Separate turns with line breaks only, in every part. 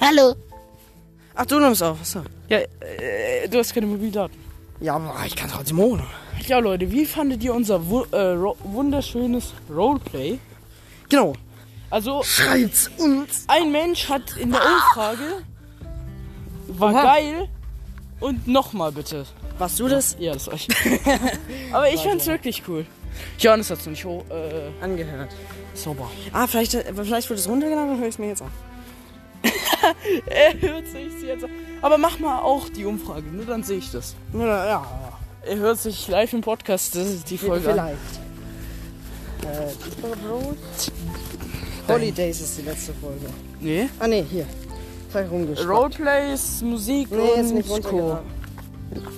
Hallo.
Ach, du nimmst auf. Achso.
Ja, äh, du hast keine Mobildaten.
Ja, aber ich kann trotzdem holen.
Ja, Leute, wie fandet ihr unser wu äh, ro wunderschönes Roleplay?
Genau.
Also,
Schreibt's uns.
ein Mensch hat in der Umfrage war
Oha.
geil und nochmal bitte.
Warst du das?
Ja, das war ich. Aber ich fand's wirklich cool. Johannes hat's noch nicht hoch, äh,
Angehört.
sauber.
Ah, vielleicht, äh, vielleicht wird es runtergeladen, dann höre ich es mir jetzt an.
Er hört sich jetzt. Aber mach mal auch die Umfrage, nur dann sehe ich das.
Ja, ja.
Er hört sich live im Podcast, das ist die Folge. an.
Vielleicht. Äh, Brot. Holidays ist die letzte Folge.
Nee.
Ah, ne, hier. Vielleicht rumgeschickt.
Roleplays, Musik
Nee, ist nicht
und Co.
runtergeladen.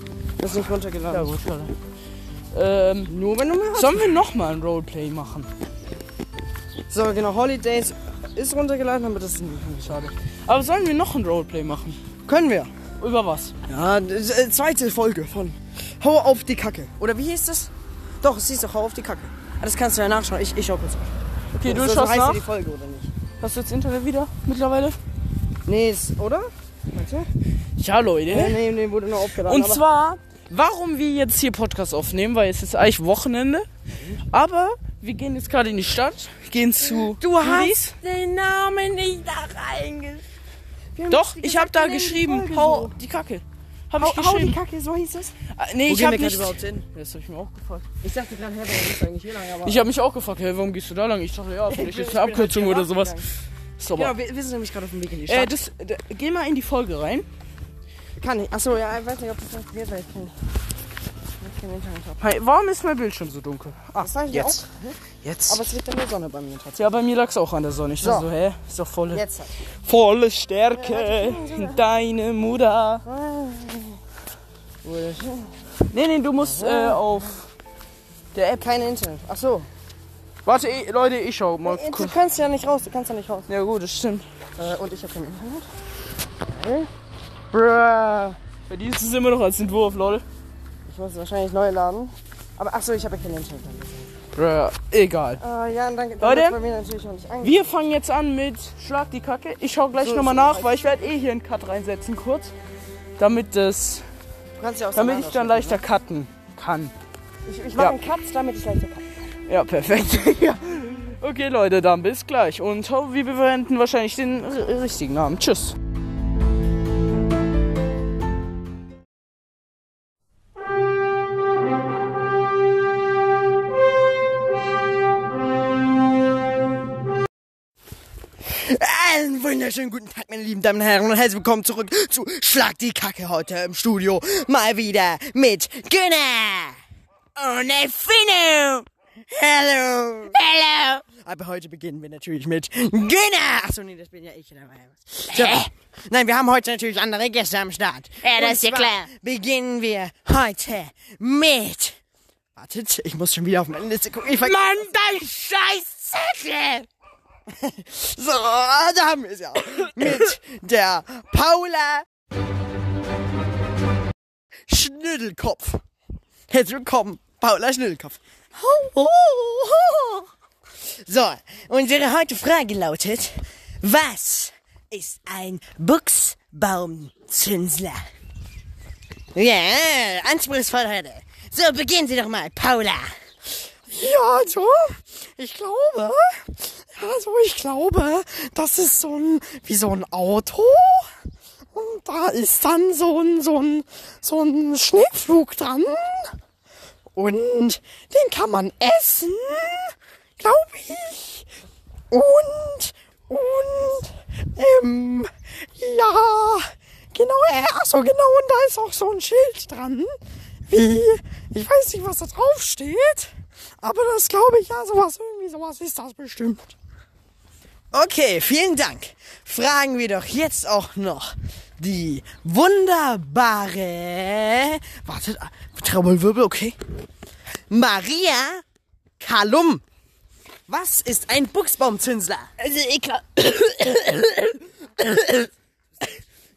Ist nicht runtergeladen.
Ja, gut, schade. Ähm,
Nur wenn du mehr hast.
sollen wir nochmal ein Roleplay machen?
So, genau, Holidays ist runtergeladen, aber das ist nicht.
Schade. Aber sollen wir noch ein Roleplay machen?
Können wir.
Über was?
Ja, d- äh, zweite Folge von Hau auf die Kacke. Oder wie hieß das? Doch, es hieß doch Hau auf die Kacke. Ah, Das kannst du ja nachschauen. Ich, ich schau kurz. nach.
Okay, du
so, so
schaust
heißt ja
nach.
die Folge, oder nicht?
Hast du jetzt Internet wieder mittlerweile?
Nee, ist, oder? Warte.
Ja, Leute.
Nee, nee, nee, wurde nur aufgeladen.
Und
aber-
zwar, warum wir jetzt hier Podcast aufnehmen, weil es ist eigentlich Wochenende. Aber wir gehen jetzt gerade in die Stadt, gehen zu.
Du
Judys.
hast den Namen nicht da reingeschrieben.
Doch, ich habe da geschrieben, hau
Hau,
die Kacke. Hab ich
hau, hau die
geschrieben.
Kacke, so hieß es.
Ah, nee, ich
gehen
habe
wir gerade
nicht.
überhaupt hin?
Das hab ich mir auch gefragt.
Ich dachte gerade, hä, warum ist eigentlich hier lang? Aber
Ich habe mich auch gefragt, hey, warum gehst du da lang? Ich dachte, ja, vielleicht
bin-
ist eine
ich bin halt
Abkürzung
hier
oder sowas.
nachgegangen.
Sauber.
ja, wir, wir sind nämlich gerade auf dem Weg in die Stadt.
Äh, das, da, geh mal in die Folge rein.
Kann ich. Achso, ja, ich weiß nicht, ob das funktioniert, weil ich kein, weil ich kein Internet habe.
Hi, warum ist mein Bildschirm so dunkel?
Ach, sag ich dir
jetzt.
auch.
Jetzt.
Aber es liegt ja nur Sonne bei mir tatsächlich.
ja, bei mir lag's auch an der Sonne. Ich so.
So.
so, hä? Ist doch volle,
Jetzt halt.
volle Stärke. Deine Mutter.
Wurde.
Nee, nee, du musst äh, auf der App.
Kein Internet. Achso.
Warte, eh, Leute, ich schau mal
Du
kurz.
kannst ja nicht raus, du kannst Oh, ja nicht raus.
Ja gut, das stimmt.
Äh, und ich habe kein Internet.
Bruh. Bei dir ist es immer noch als Entwurf, lol.
Ich muss wahrscheinlich neu laden. Aber achso, ich habe ja kein Internet.
Bruh. Egal.
Äh, ja, und dann, dann
Leute?
wird's bei mir natürlich auch nicht ange-
Wir fangen jetzt an mit Schlag die Kacke. Ich schau gleich
So,
nochmal
so,
nach, weil ich werde eh hier einen Cut reinsetzen kurz. Damit das.
Du kannst ja auch
Damit ich dann leichter cutten kann.
Ich, ich mache
Ja.
einen Katz, damit ich leichter kann.
Ja, perfekt. ja. Okay, Leute, dann bis gleich. Und ho- wir verwenden wahrscheinlich den r- richtigen Namen. Tschüss.
Einen wunderschönen guten Tag, meine lieben Damen und Herren, und herzlich willkommen zurück zu Schlag die Kacke heute im Studio. Mal wieder mit Günner und Fino. Hallo. Hallo. Aber heute beginnen wir natürlich mit Günner. Achso, nee, das bin ja ich. oder was? So. Nein, wir haben heute natürlich andere Gäste am Start.
Ja, das
Und
ist ja
zwar
klar.
Beginnen wir heute mit. Wartet, ich muss schon wieder auf meine Liste gucken. Ich vergesse.
dein scheiß Zettel!
So, da haben wir es ja. auch. Mit der Paula Schnüdelkopf. Herzlich willkommen, Paula Schnüdelkopf. So, unsere heutige Frage lautet, was ist ein Buchsbaumzünsler? Ja, anspruchsvoll heute. So, beginnen Sie doch mal, Paula. Ja, also, ich glaube, also ich glaube, das ist so ein, wie so ein Auto. Und da ist dann so ein, so ein, so ein Schneepflug dran. Und den kann man essen, glaube ich. Und, und, ähm, ja, genau, äh, ach so, genau, und da ist auch so ein Schild dran. Wie, ich weiß nicht, was da drauf steht, aber das glaube ich, ja, sowas, irgendwie sowas ist das bestimmt. Okay, vielen Dank. Fragen wir doch jetzt auch noch die wunderbare, wartet, ah, Trommelwirbel, okay. Maria Kalum. Was ist ein Buchsbaumzünsler?
Also, ich glaub.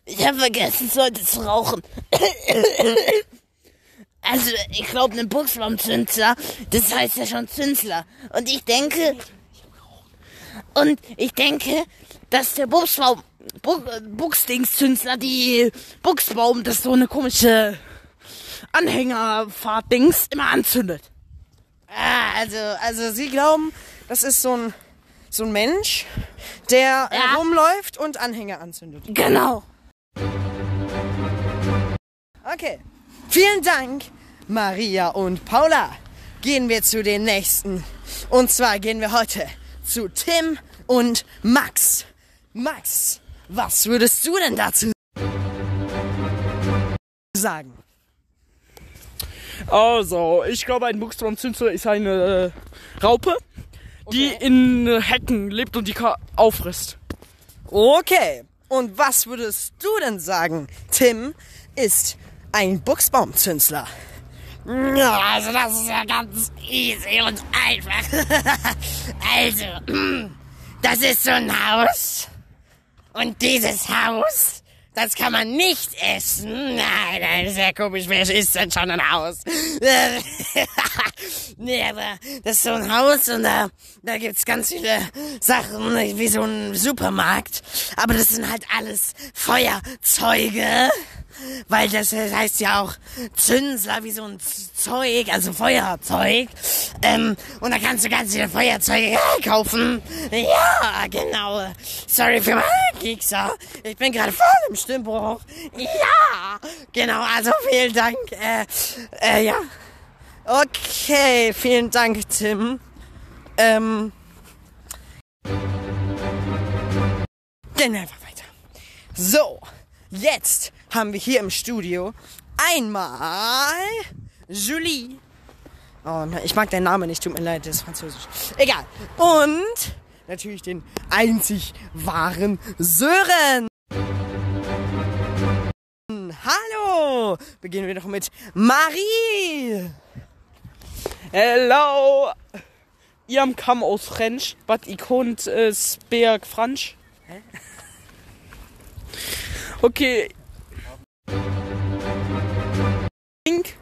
Ich habe vergessen, heute zu rauchen. Also, ich glaube, ein Buchsbaumzünsler, das heißt ja schon Zünsler. Und ich denke.
Und ich denke, dass der Buchsbaum, Bu Buchsdingszünsler, die Buchsbaum, das so eine komische
Anhängerfahrt-Dings immer anzündet.
Ah, also, also Sie glauben, das ist so ein, so ein Mensch, der äh,
Ja.
rumläuft und Anhänger anzündet.
Genau.
Okay. Vielen Dank, Maria und Paula. Gehen wir zu den nächsten. Und zwar gehen wir heute zu Tim und Max. Max, was würdest du denn dazu sagen?
Also, ich glaube, ein Buchsbaumzünsler ist eine äh, Raupe, die in äh, Hecken lebt und die Ka auffrisst.
Okay. Und was würdest du denn sagen? Tim ist ein Buchsbaumzünsler.
Ja, also das ist ja ganz easy und einfach. also, das ist so ein Haus. Und dieses Haus, das kann man nicht essen. Nein, nein, ist ja komisch. Wer isst denn schon ein Haus? nee, aber das ist so ein Haus und da, da gibt's ganz viele Sachen, wie so ein Supermarkt. Aber das sind halt alles Feuerzeuge. Weil das äh, heißt ja auch Zünsler, wie so ein Z- Zeug, also Feuerzeug. Ähm, und da kannst du ganz viele Feuerzeuge kaufen. Ja, genau. Sorry für meinen Kiekser. Ich bin gerade voll im Stimmbruch. Ja, genau. Also vielen Dank. Äh, äh, ja.
Okay, vielen Dank, Tim. Ähm. Gehen wir einfach weiter. So, jetzt haben wir hier im Studio einmal Julie. Oh, ne, ich mag deinen Namen nicht, tut mir leid, der ist französisch. Egal. Und natürlich den einzig wahren Sören. Hallo! Beginnen wir doch mit Marie.
Hello! Ich am kam aus French, but I can't äh, speak French. Okay. Pink.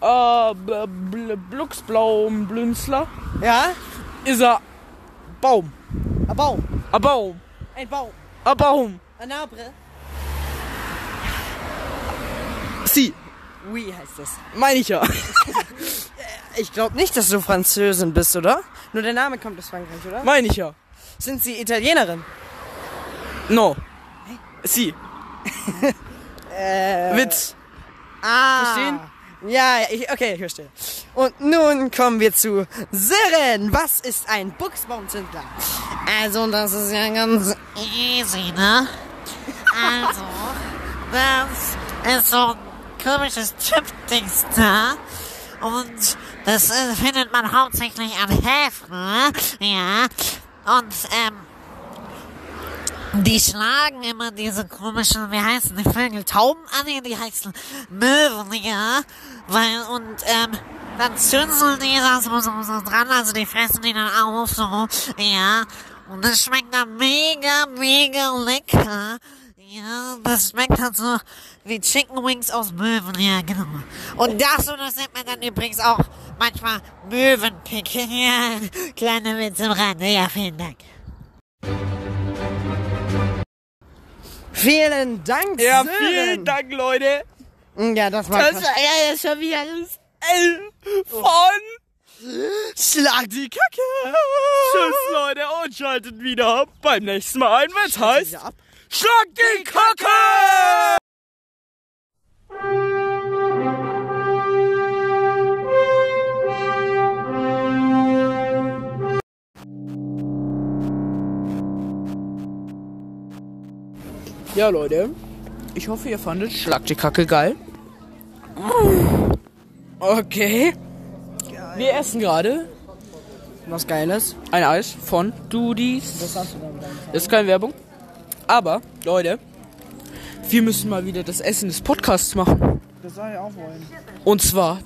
Äh, bl bl Blucksblaum Blünzler.
Ja?
Ist er Baum.
Ein Baum.
A Baum.
Ein Baum.
A Baum.
Ein Arbre.
Sie.
Oui heißt das.
Meine ich ja.
Ich glaube nicht, dass du Französin bist, oder? Nur der Name kommt aus Frankreich, oder?
Meine ich ja.
Sind sie Italienerin?
No. Sie.
Äh,
Witz.
Ah.
Verstehen?
Ja, ja, ich, okay, ich verstehe. Und nun kommen wir zu Sören. Was ist ein Buchsbaumzündler?
Also, das ist ja ganz easy, ne? Also, das ist so ein komisches Chip-Dings da. Und das äh, findet man hauptsächlich an Häfen, ne? ja. Und, ähm, die schlagen immer diese komischen, wie heißen die Vögel? Tauben an? Nee, die heißen Möwen, ja. Weil, und, ähm, dann zünseln die das so, so, so dran, also die fressen die dann auf, so, ja. Und das schmeckt dann mega, mega lecker. Ja, das schmeckt halt so wie Chicken Wings aus Möwen, ja, genau. Und das und das nennt man dann übrigens auch manchmal Möwenpickel, ja. Kleine Witz im Rande, ja, vielen Dank.
Vielen Dank,
Ja,
Sören.
vielen Dank, Leute.
Ja, das war
Das
krass.
war Oh.
Ja, das war wieder alles.
L von.
Schlag die Kacke.
Tschüss, Leute, und schaltet wieder beim nächsten Mal ein, wenn's heißt.
Wieder ab.
Schlag die Kacke! Ja, Leute. Ich hoffe, ihr fandet Schlag die Kacke geil. Okay. Wir essen gerade
Was Geiles.
ein Eis von Dudis. Das ist keine Werbung. Aber, Leute, wir müssen mal wieder das Essen des Podcasts machen.
Das soll ich auch wollen.
Und zwar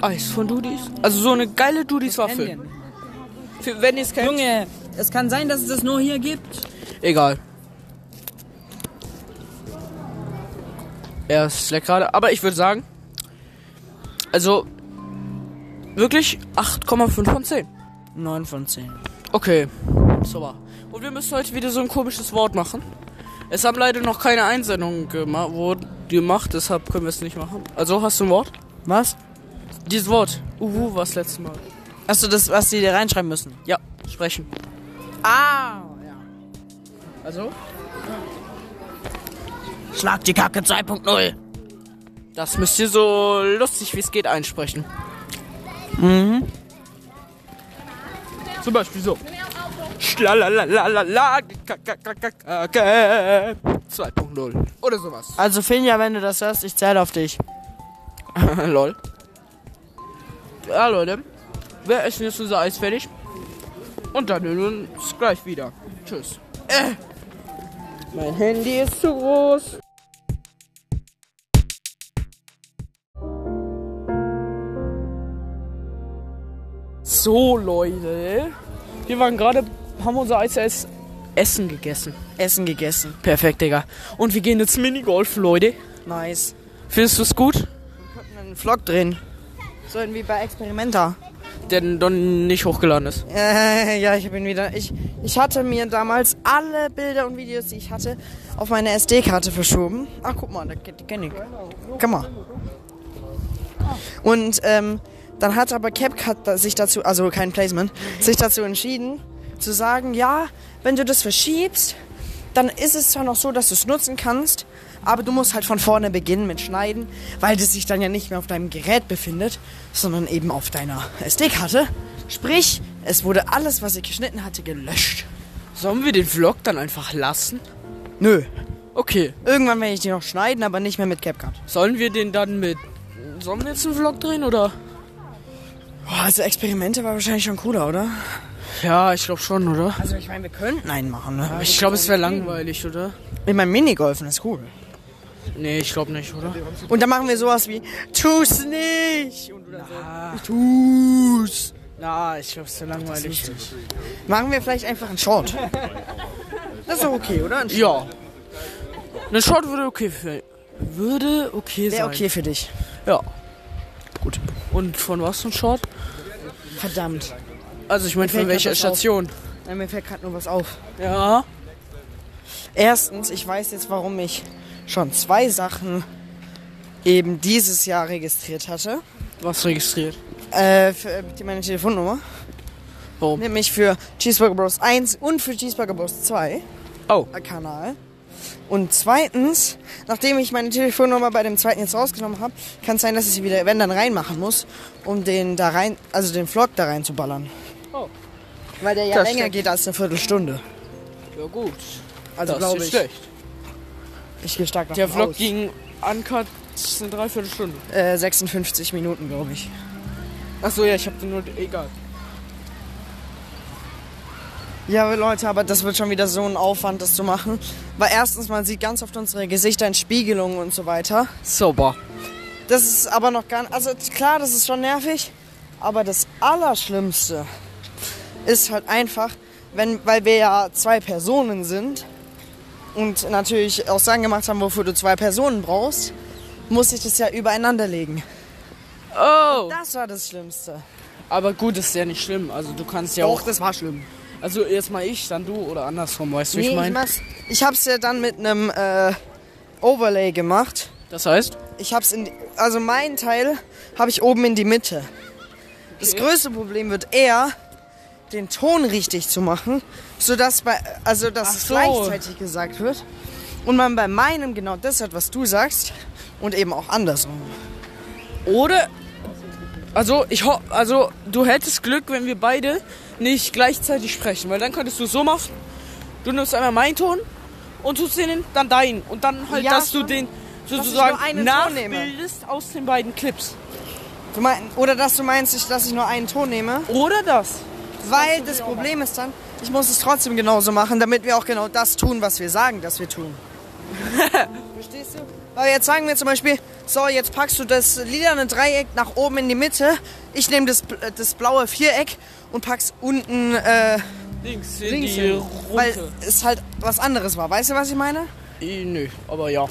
Eis von Dudis. Also so eine geile Dudis-Waffel. Für- Wenn ihr es kennt.
Junge, es kann sein, dass es das nur hier gibt.
Egal. Er ist lecker gerade. Aber ich würde sagen, also wirklich 8,5 von 10.
9 von 10.
Okay. Sommer. Und wir müssen heute wieder so ein komisches Wort machen. Es haben leider noch keine Einsendungen gema wurden gemacht, deshalb können wir es nicht machen. Also hast du ein Wort?
Was?
Dieses Wort. Uhu war das letzte Mal.
Achso, das, was die da reinschreiben müssen.
Ja, sprechen.
Ah!
Also?
Schlag die Kacke 2.0.
Das müsst ihr so lustig wie es geht einsprechen. Mhm. Zum Beispiel so. Schlalalalala, die Kacke 2.0. Oder sowas.
Also, Finja, wenn du das hörst, ich zähle auf dich.
Lol. Ja, Leute. Wir essen jetzt unser Eis fertig. Und dann hören wir uns gleich wieder. Tschüss. Äh. Mein Handy ist zu groß. So, Leute. Wir waren gerade, haben unser Eis erst Essen gegessen.
Essen gegessen.
Perfekt, Digga. Und wir gehen jetzt Minigolf, Leute.
Nice.
Findest du es gut?
Einen Vlog drehen. So wie bei Experimenta.
Der dann nicht hochgeladen ist.
Äh, ja, ich bin wieder. Ich, ich hatte mir damals alle Bilder und Videos, die ich hatte, auf meine SD-Karte verschoben. Ach, guck mal, da kenne ich. Guck mal. Und ähm, dann hat aber CapCut da- sich dazu, also kein Placement, sich dazu entschieden, zu sagen: Ja, wenn du das verschiebst, dann ist es zwar noch so, dass du es nutzen kannst, aber du musst halt von vorne beginnen mit Schneiden, weil das sich dann ja nicht mehr auf deinem Gerät befindet, sondern eben auf deiner SD-Karte. Sprich, es wurde alles, was ich geschnitten hatte, gelöscht.
Sollen wir den Vlog dann einfach lassen?
Nö,
Okay.
irgendwann werde ich die noch schneiden, aber nicht mehr mit CapCut.
Sollen wir den dann mit. Sollen wir jetzt einen Vlog drehen oder?
Boah, also Experimente war wahrscheinlich schon cooler, oder?
Ja, ich glaube schon, oder?
Also ich meine, wir könnten einen machen, ne?
Ich glaube, es wäre langweilig, oder?
Ich meine, Minigolfen ist cool.
Nee, ich glaube nicht, oder?
Und dann machen wir sowas wie, tu's nicht! Und du dann so, tu's!
Na, ich glaube, es wäre langweilig.
Machen wir vielleicht einfach einen Short. Das ist doch okay, oder? Ein Short
Ja. Eine Short würde okay für, würde okay
Wäre
sein.
okay für dich.
Ja. Gut. Und von was ein Short?
Verdammt.
Also ich meine
Mir
von
fällt
welcher
grad was auf.
Station?
Ja, mir fällt gerade nur was auf.
Ja.
Erstens, ich weiß jetzt, warum ich schon zwei Sachen eben dieses Jahr registriert hatte.
Was registriert?
Äh, für äh, die- meine Telefonnummer.
Warum?
Nämlich für Cheeseburger Bros 1 und für Cheeseburger Bros 2.
Oh.
äh, Kanal. Und zweitens, nachdem ich meine Telefonnummer bei dem zweiten jetzt rausgenommen habe, kann es sein, dass ich sie wieder, wenn dann reinmachen muss, um den da rein, also den Vlog da reinzuballern.
Oh.
Weil der ja
Das
länger
stimmt.
geht als eine Viertelstunde.
Ja gut.
Also
das
glaube
ist
ich.
schlecht.
Ich gehe stark davon
Der Vlog
aus.
ging uncut eine Dreiviertelstunde.
Äh, 56 Minuten, glaube ich.
Achso, ja, ich habe den nur... Egal.
Ja, aber Leute, aber das wird schon wieder so ein Aufwand, das zu machen. Weil erstens, man sieht ganz oft unsere Gesichter in Spiegelungen und so weiter.
Sauber.
Das ist aber noch gar nicht. Also klar, das ist schon nervig, aber das Allerschlimmste ist halt einfach, wenn, weil wir ja zwei Personen sind und natürlich auch Sachen gemacht haben, wofür du zwei Personen brauchst, muss ich das ja übereinander legen.
Oh.
Das war das Schlimmste.
Aber gut, ist ja nicht schlimm. Also du kannst ja
Doch,
auch...
das war schlimm.
Also erstmal ich, dann du oder andersrum, weißt du, wie
Nee,
ich
ich,
meine?
mach's, ich hab's ja dann mit einem äh, Overlay gemacht.
Das heißt?
Ich hab's in, die- also meinen Teil habe ich oben in die Mitte. Das größte Problem wird eher, den Ton richtig zu machen, sodass bei, also dass
Ach
es
so.
gleichzeitig gesagt wird und man bei meinem genau das hat, was du sagst und eben auch andersrum.
Oder. Also, ich hoffe, also, du hättest Glück, wenn wir beide nicht gleichzeitig sprechen, weil dann könntest du es so machen: Du nimmst einmal meinen Ton und tust den, dann deinen. Und dann halt,
Ja,
dass du
schon.
den
ich
sozusagen
nur einen Ton nehme.
nachbildest aus den beiden Clips.
Du mein, oder dass du meinst, ich, dass ich nur einen Ton nehme,
Oder das.
weil das Problem ist dann, ich muss es trotzdem genauso machen, damit wir auch genau das tun, was wir sagen, dass wir tun. Verstehst du? Weil jetzt sagen wir zum Beispiel, so, jetzt packst du das lilane Dreieck nach oben in die Mitte. Ich nehme das, bl- äh, das blaue Viereck und pack's unten äh,
Links,
links
die
hin. Weil
Runde.
es halt was anderes war. Weißt du, was ich meine?
Äh, nö, aber ja.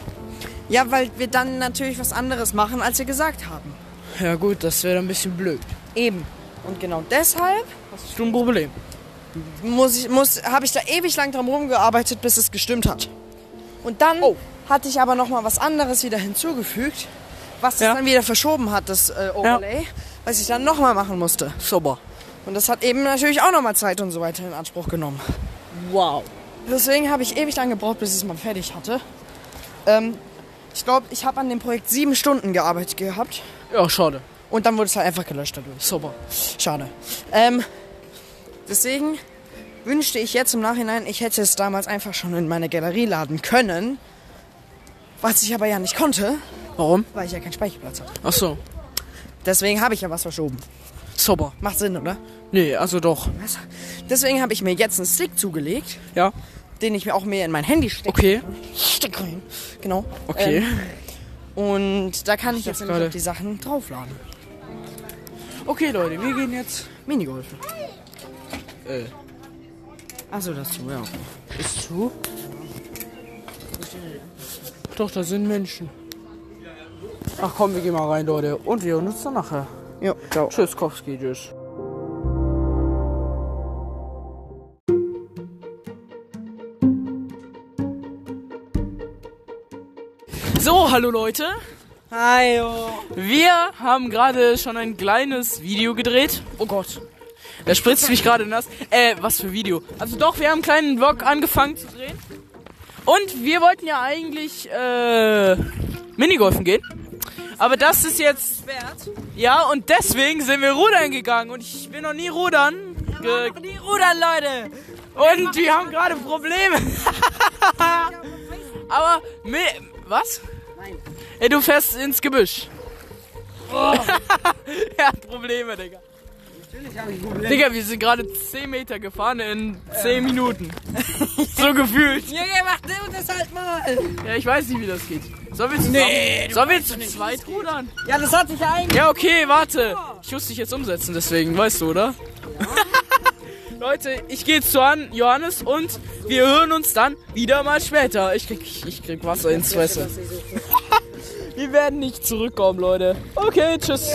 Ja, weil wir dann natürlich was anderes machen, als wir gesagt haben.
Ja, gut, das wäre ein bisschen blöd.
Eben. Und genau deshalb
Hast du ein Problem?
muss ich, muss, habe ich da ewig lang dran rumgearbeitet, bis es gestimmt hat. Und dann hatte ich aber noch mal was anderes wieder hinzugefügt, was
Ja.
es dann wieder verschoben hat, das äh, Overlay, was ich dann noch mal machen musste.
Super.
Und das hat eben natürlich auch noch mal Zeit und so weiter in Anspruch genommen.
Wow.
Deswegen habe ich ewig lang gebraucht, bis ich es mal fertig hatte. Ähm, ich glaube, ich habe an dem Projekt sieben Stunden gearbeitet gehabt.
Ja, schade.
Und dann wurde es halt einfach gelöscht dadurch. Super. Schade. Ähm, deswegen wünschte ich jetzt im Nachhinein, ich hätte es damals einfach schon in meine Galerie laden können. Was ich aber ja nicht konnte,
Warum?
weil ich ja keinen Speicherplatz hatte.
Ach so.
Deswegen habe ich ja was verschoben.
Super.
Macht Sinn, oder?
Nee, also doch.
Was? Deswegen habe ich mir jetzt einen Stick zugelegt,
Ja.
den ich mir auch mehr in mein Handy stecke.
Okay.
Steck rein. Genau.
Okay.
Ähm, und da kann ich jetzt nämlich
gerade-
auf die Sachen draufladen.
Okay, Leute, wir gehen jetzt.
Minigolf.
Äh.
Achso, das zu, ja. okay.
Ist zu? Doch, da sind Menschen. Ach komm, wir gehen mal rein, Leute. Und wir hören uns dann nachher.
Jo, ciao.
Tschüss, Kowski, tschüss. So, hallo Leute.
Hi,
Wir haben gerade schon ein kleines Video gedreht. Oh Gott. Da spritzt mich gerade nass. Äh, was für Video? Also doch, wir haben einen kleinen Vlog angefangen zu drehen. Und wir wollten ja eigentlich äh, Minigolfen gehen. Aber das ist jetzt. Ja, und deswegen sind wir rudern gegangen. Und ich bin noch nie rudern. Ge nie rudern, Leute. Und wir haben gerade Probleme. Aber. Mi was? Ey, du fährst ins Gebüsch. Oh. er hat Probleme, Digga. Digga, wir sind gerade 10 Meter gefahren in 10 Minuten. so gefühlt.
Junge, mach du das halt mal!
Ja, ich weiß nicht, wie das geht. Sollen wir, zusammen, sollen wir zu zweit rudern?
Ja, das hat sich ja eigentlich.
Ja, okay, warte. Ich muss dich jetzt umsetzen, deswegen, weißt du, oder? Leute, ich gehe zu An Johannes und wir hören uns dann wieder mal später. Ich krieg, ich, ich krieg Wasser ins Fresse. wir werden nicht zurückkommen, Leute. Okay, tschüss.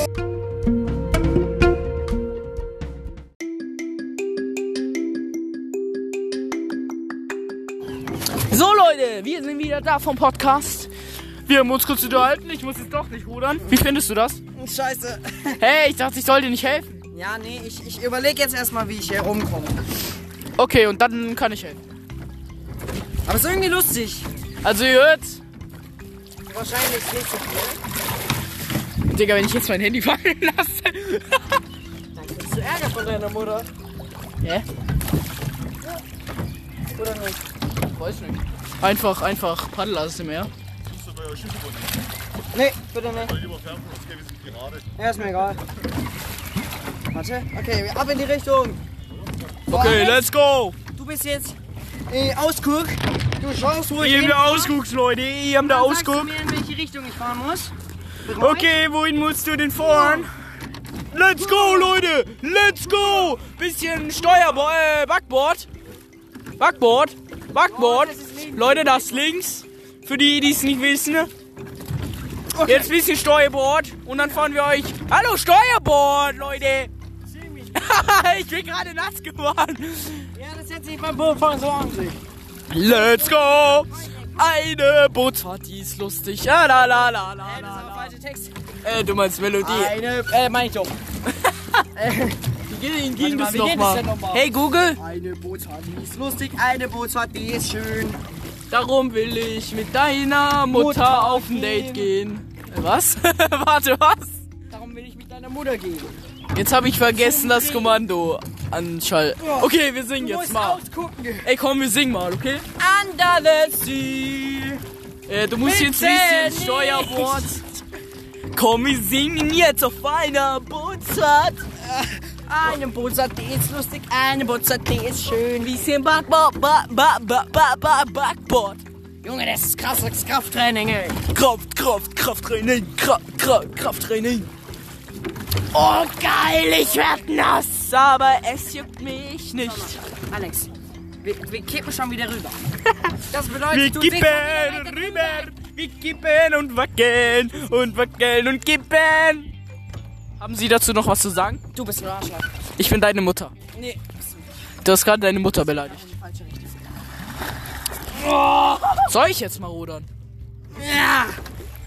So, Leute, wir sind wieder da vom Podcast. Wir haben uns kurz unterhalten. Ich muss jetzt doch nicht rudern. Wie findest du das?
Scheiße.
Hey, ich dachte, ich soll dir nicht helfen.
Ja, nee, ich, ich überlege jetzt erstmal, wie ich hier rumkomme.
Okay, und dann kann ich helfen.
Aber es ist irgendwie lustig.
Also ihr hört,
Wahrscheinlich nicht so viel.
Digga, wenn ich jetzt mein Handy fallen lasse.
Bist du Ärger von deiner Mutter?
Hä?
Oder nicht?
Weiß nicht. Einfach, einfach Paddel aus dem Meer.
Nee, bitte nicht. Ja, ist mir egal. Warte, okay, ab in die Richtung.
Okay, let's go.
Du bist jetzt äh, Ausguck. Du schaust, wo ich
Ihr habt
hin-
da ausguckt, Leute. Ihr habt da
Dann sagst du
ausguckt.
mir, in welche Richtung ich fahren muss.
Okay, wohin musst du denn fahren? Let's go, Leute. Let's go. Bisschen Steuerbord, äh, Backboard. Backboard. Backboard.
Oh,
Leute, das links. Für die, die es nicht wissen. Jetzt ein bisschen Steuerbord und dann fahren wir euch. Hallo Steuerbord, Leute! ich bin gerade nass geworden.
Ja, das hätte sich beim Bootfahren so an sich.
Let's go! Eine Bootsfahrt, Oh, die ist lustig. Ah, la, la, la, la, la.
Falscher Ah, Text.
Äh, du meinst Melodie.
Eine, äh, mein ich doch.
Ging, ging
mal,
das
wie geht das
nochmal?
denn noch mal?
hey Google,
Eine Bootsfahrt, die ist lustig, eine Bootsfahrt, die ist schön.
darum will ich mit deiner Mutter,
Mutter
auf ein Date gehen. Äh, Was? Warte, was?
Darum will ich mit deiner Mutter gehen.
Jetzt habe ich vergessen das Kommando anschall. Okay, wir singen jetzt mal.
ausgucken.
Ey, komm, wir singen mal, okay? Under the sea. Äh, du musst jetzt
Bitte
wissen, Steuerbord. Komm, wir singen jetzt auf einer Bootsfahrt.
Eine Bootsfahrt, die ist lustig, eine Bootsfahrt, die ist schön. Wie
Bisschen Backboard, ba, ba, ba, ba, ba, Backboard.
Junge, das ist krasses Krafttraining, ey.
Kraft, Kraft, Krafttraining, Kraft, Kraft, Krafttraining.
Oh, geil, ich werd nass.
Aber es juckt mich nicht.
Alex, wir, wir kippen schon wieder rüber. Das bedeutet,
Wir
du singst schon
kippen und rüber, wir kippen und wackeln und wackeln und kippen. Haben Sie dazu noch was zu sagen?
Du bist ein Arschloch.
Ich bin deine Mutter.
Nee, bist du
Du hast gerade deine Mutter beleidigt. Soll ich jetzt mal rudern?
Ja.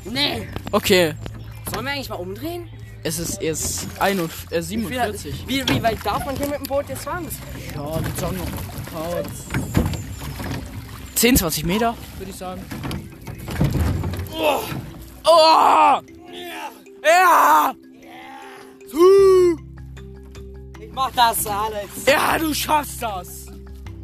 Nee.
Okay,
Sollen wir eigentlich mal umdrehen?
es ist erst 41, äh, 47.
Wie, wie weit darf man hier mit dem Boot jetzt fahren?
Ja, die sagen noch 10, 20 Meter, würde ich sagen. Oh! Oh! Ja! Huh.
Ich mach das, Alex.
Ja, du schaffst das!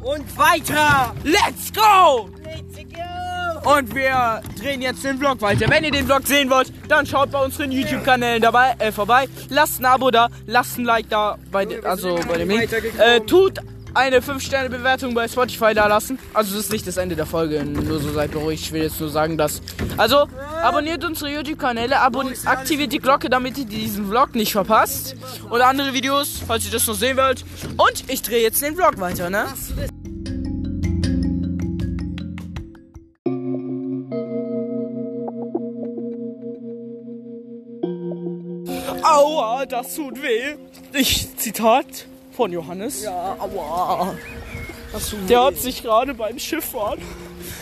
Und weiter.
Let's go!
Let's go.
Und wir drehen jetzt den Vlog weiter. Wenn ihr den Vlog sehen wollt, dann schaut bei unseren YouTube-Kanälen dabei äh, vorbei. Lasst ein Abo da, lasst ein Like da, bei de, also bei dem Link. Äh, tut eine 5-Sterne-Bewertung bei Spotify da lassen. Also das ist nicht das Ende der Folge, nur so seid beruhigt. Ich will jetzt nur sagen, dass... Also abonniert unsere YouTube-Kanäle, abon aktiviert die Glocke, damit ihr diesen Vlog nicht verpasst. Oder andere Videos, falls ihr das noch sehen wollt. Und ich drehe jetzt den Vlog weiter, ne? Aua, das tut weh. Ich, Zitat von Johannes.
Ja, aua.
Der hat sich gerade beim Schifffahren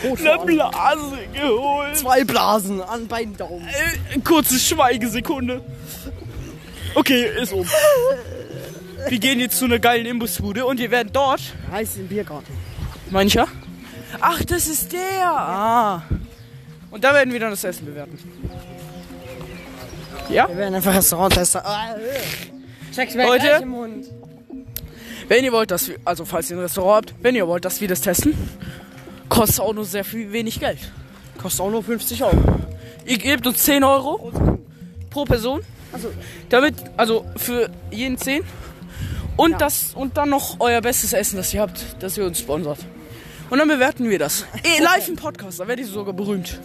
eine Blase geholt.
Zwei Blasen an beiden Daumen.
Äh, kurze Schweigesekunde. Okay, ist um. Wir gehen jetzt zu einer geilen Imbissbude und wir werden dort.
Heiß im Biergarten.
Mancher? Ach, das ist der! Ah. Und da werden wir dann das Essen bewerten. Ja?
Wir werden einfach Restauranttester. Ah, äh. Check's mir
Leute.
gleich im Mund.
Wenn ihr wollt, dass wir, also falls ihr ein Restaurant habt, wenn ihr wollt, dass wir das testen, kostet auch nur sehr viel wenig Geld.
Kostet auch nur 50 Euro.
Ihr gebt uns 10 Euro pro Person. Damit, also für jeden 10. Und das und dann noch euer bestes Essen, das ihr habt, das ihr uns sponsert. Und dann bewerten wir das. Eh, live im Podcast, da werdet ihr sogar berühmt.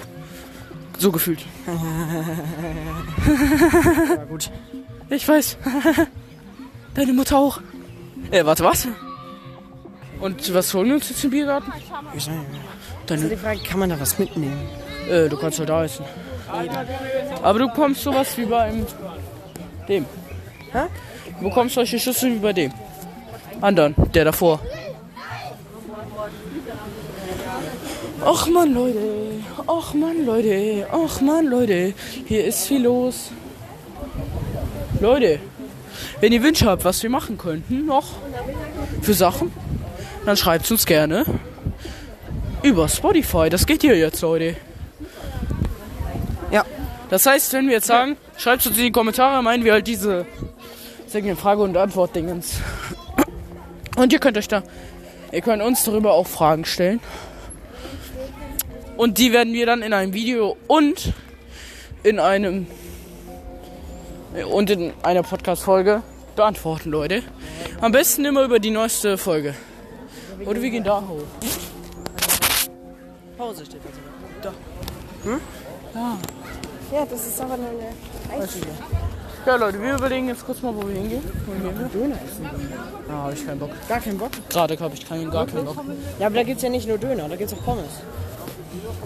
So gefühlt.
Na gut.
Ich weiß. Deine Mutter auch. Äh, warte, was? Und was holen wir uns jetzt im Biergarten?
Ich sag, also die
Deine,
Frage, kann man da was mitnehmen?
äh, du kannst ja da essen. Aber du bekommst sowas wie beim dem.
Hä?
Du bekommst solche Schüsseln wie bei dem. Andern, der davor. Ach man, Leute. Ach man, Leute. Ach man, Leute. Hier ist viel los. Leute, wenn ihr Wünsche habt, was wir machen könnten, noch für Sachen, dann schreibt uns gerne über Spotify. Das geht hier jetzt, Leute.
Ja.
Das heißt, wenn wir jetzt sagen, schreibt uns in die Kommentare, meinen wir halt diese Segment Frage und Antwort Dingens. Und ihr könnt euch da, ihr könnt uns darüber auch Fragen stellen. Und die werden wir dann in einem Video und in einem und in einer Podcast-Folge beantworten, Leute. Am besten immer über die neueste Folge. Oder wir gehen da hoch. Hm?
Pause steht also.
Ja, Leute, wir überlegen jetzt kurz mal, wo wir hingehen.
Döner essen.
Ah, habe ich keinen Bock.
Gar keinen Bock.
Gerade habe ich keinen, gar keinen Bock.
Ja, aber da gibt's ja nicht nur Döner, da gibt's auch Pommes.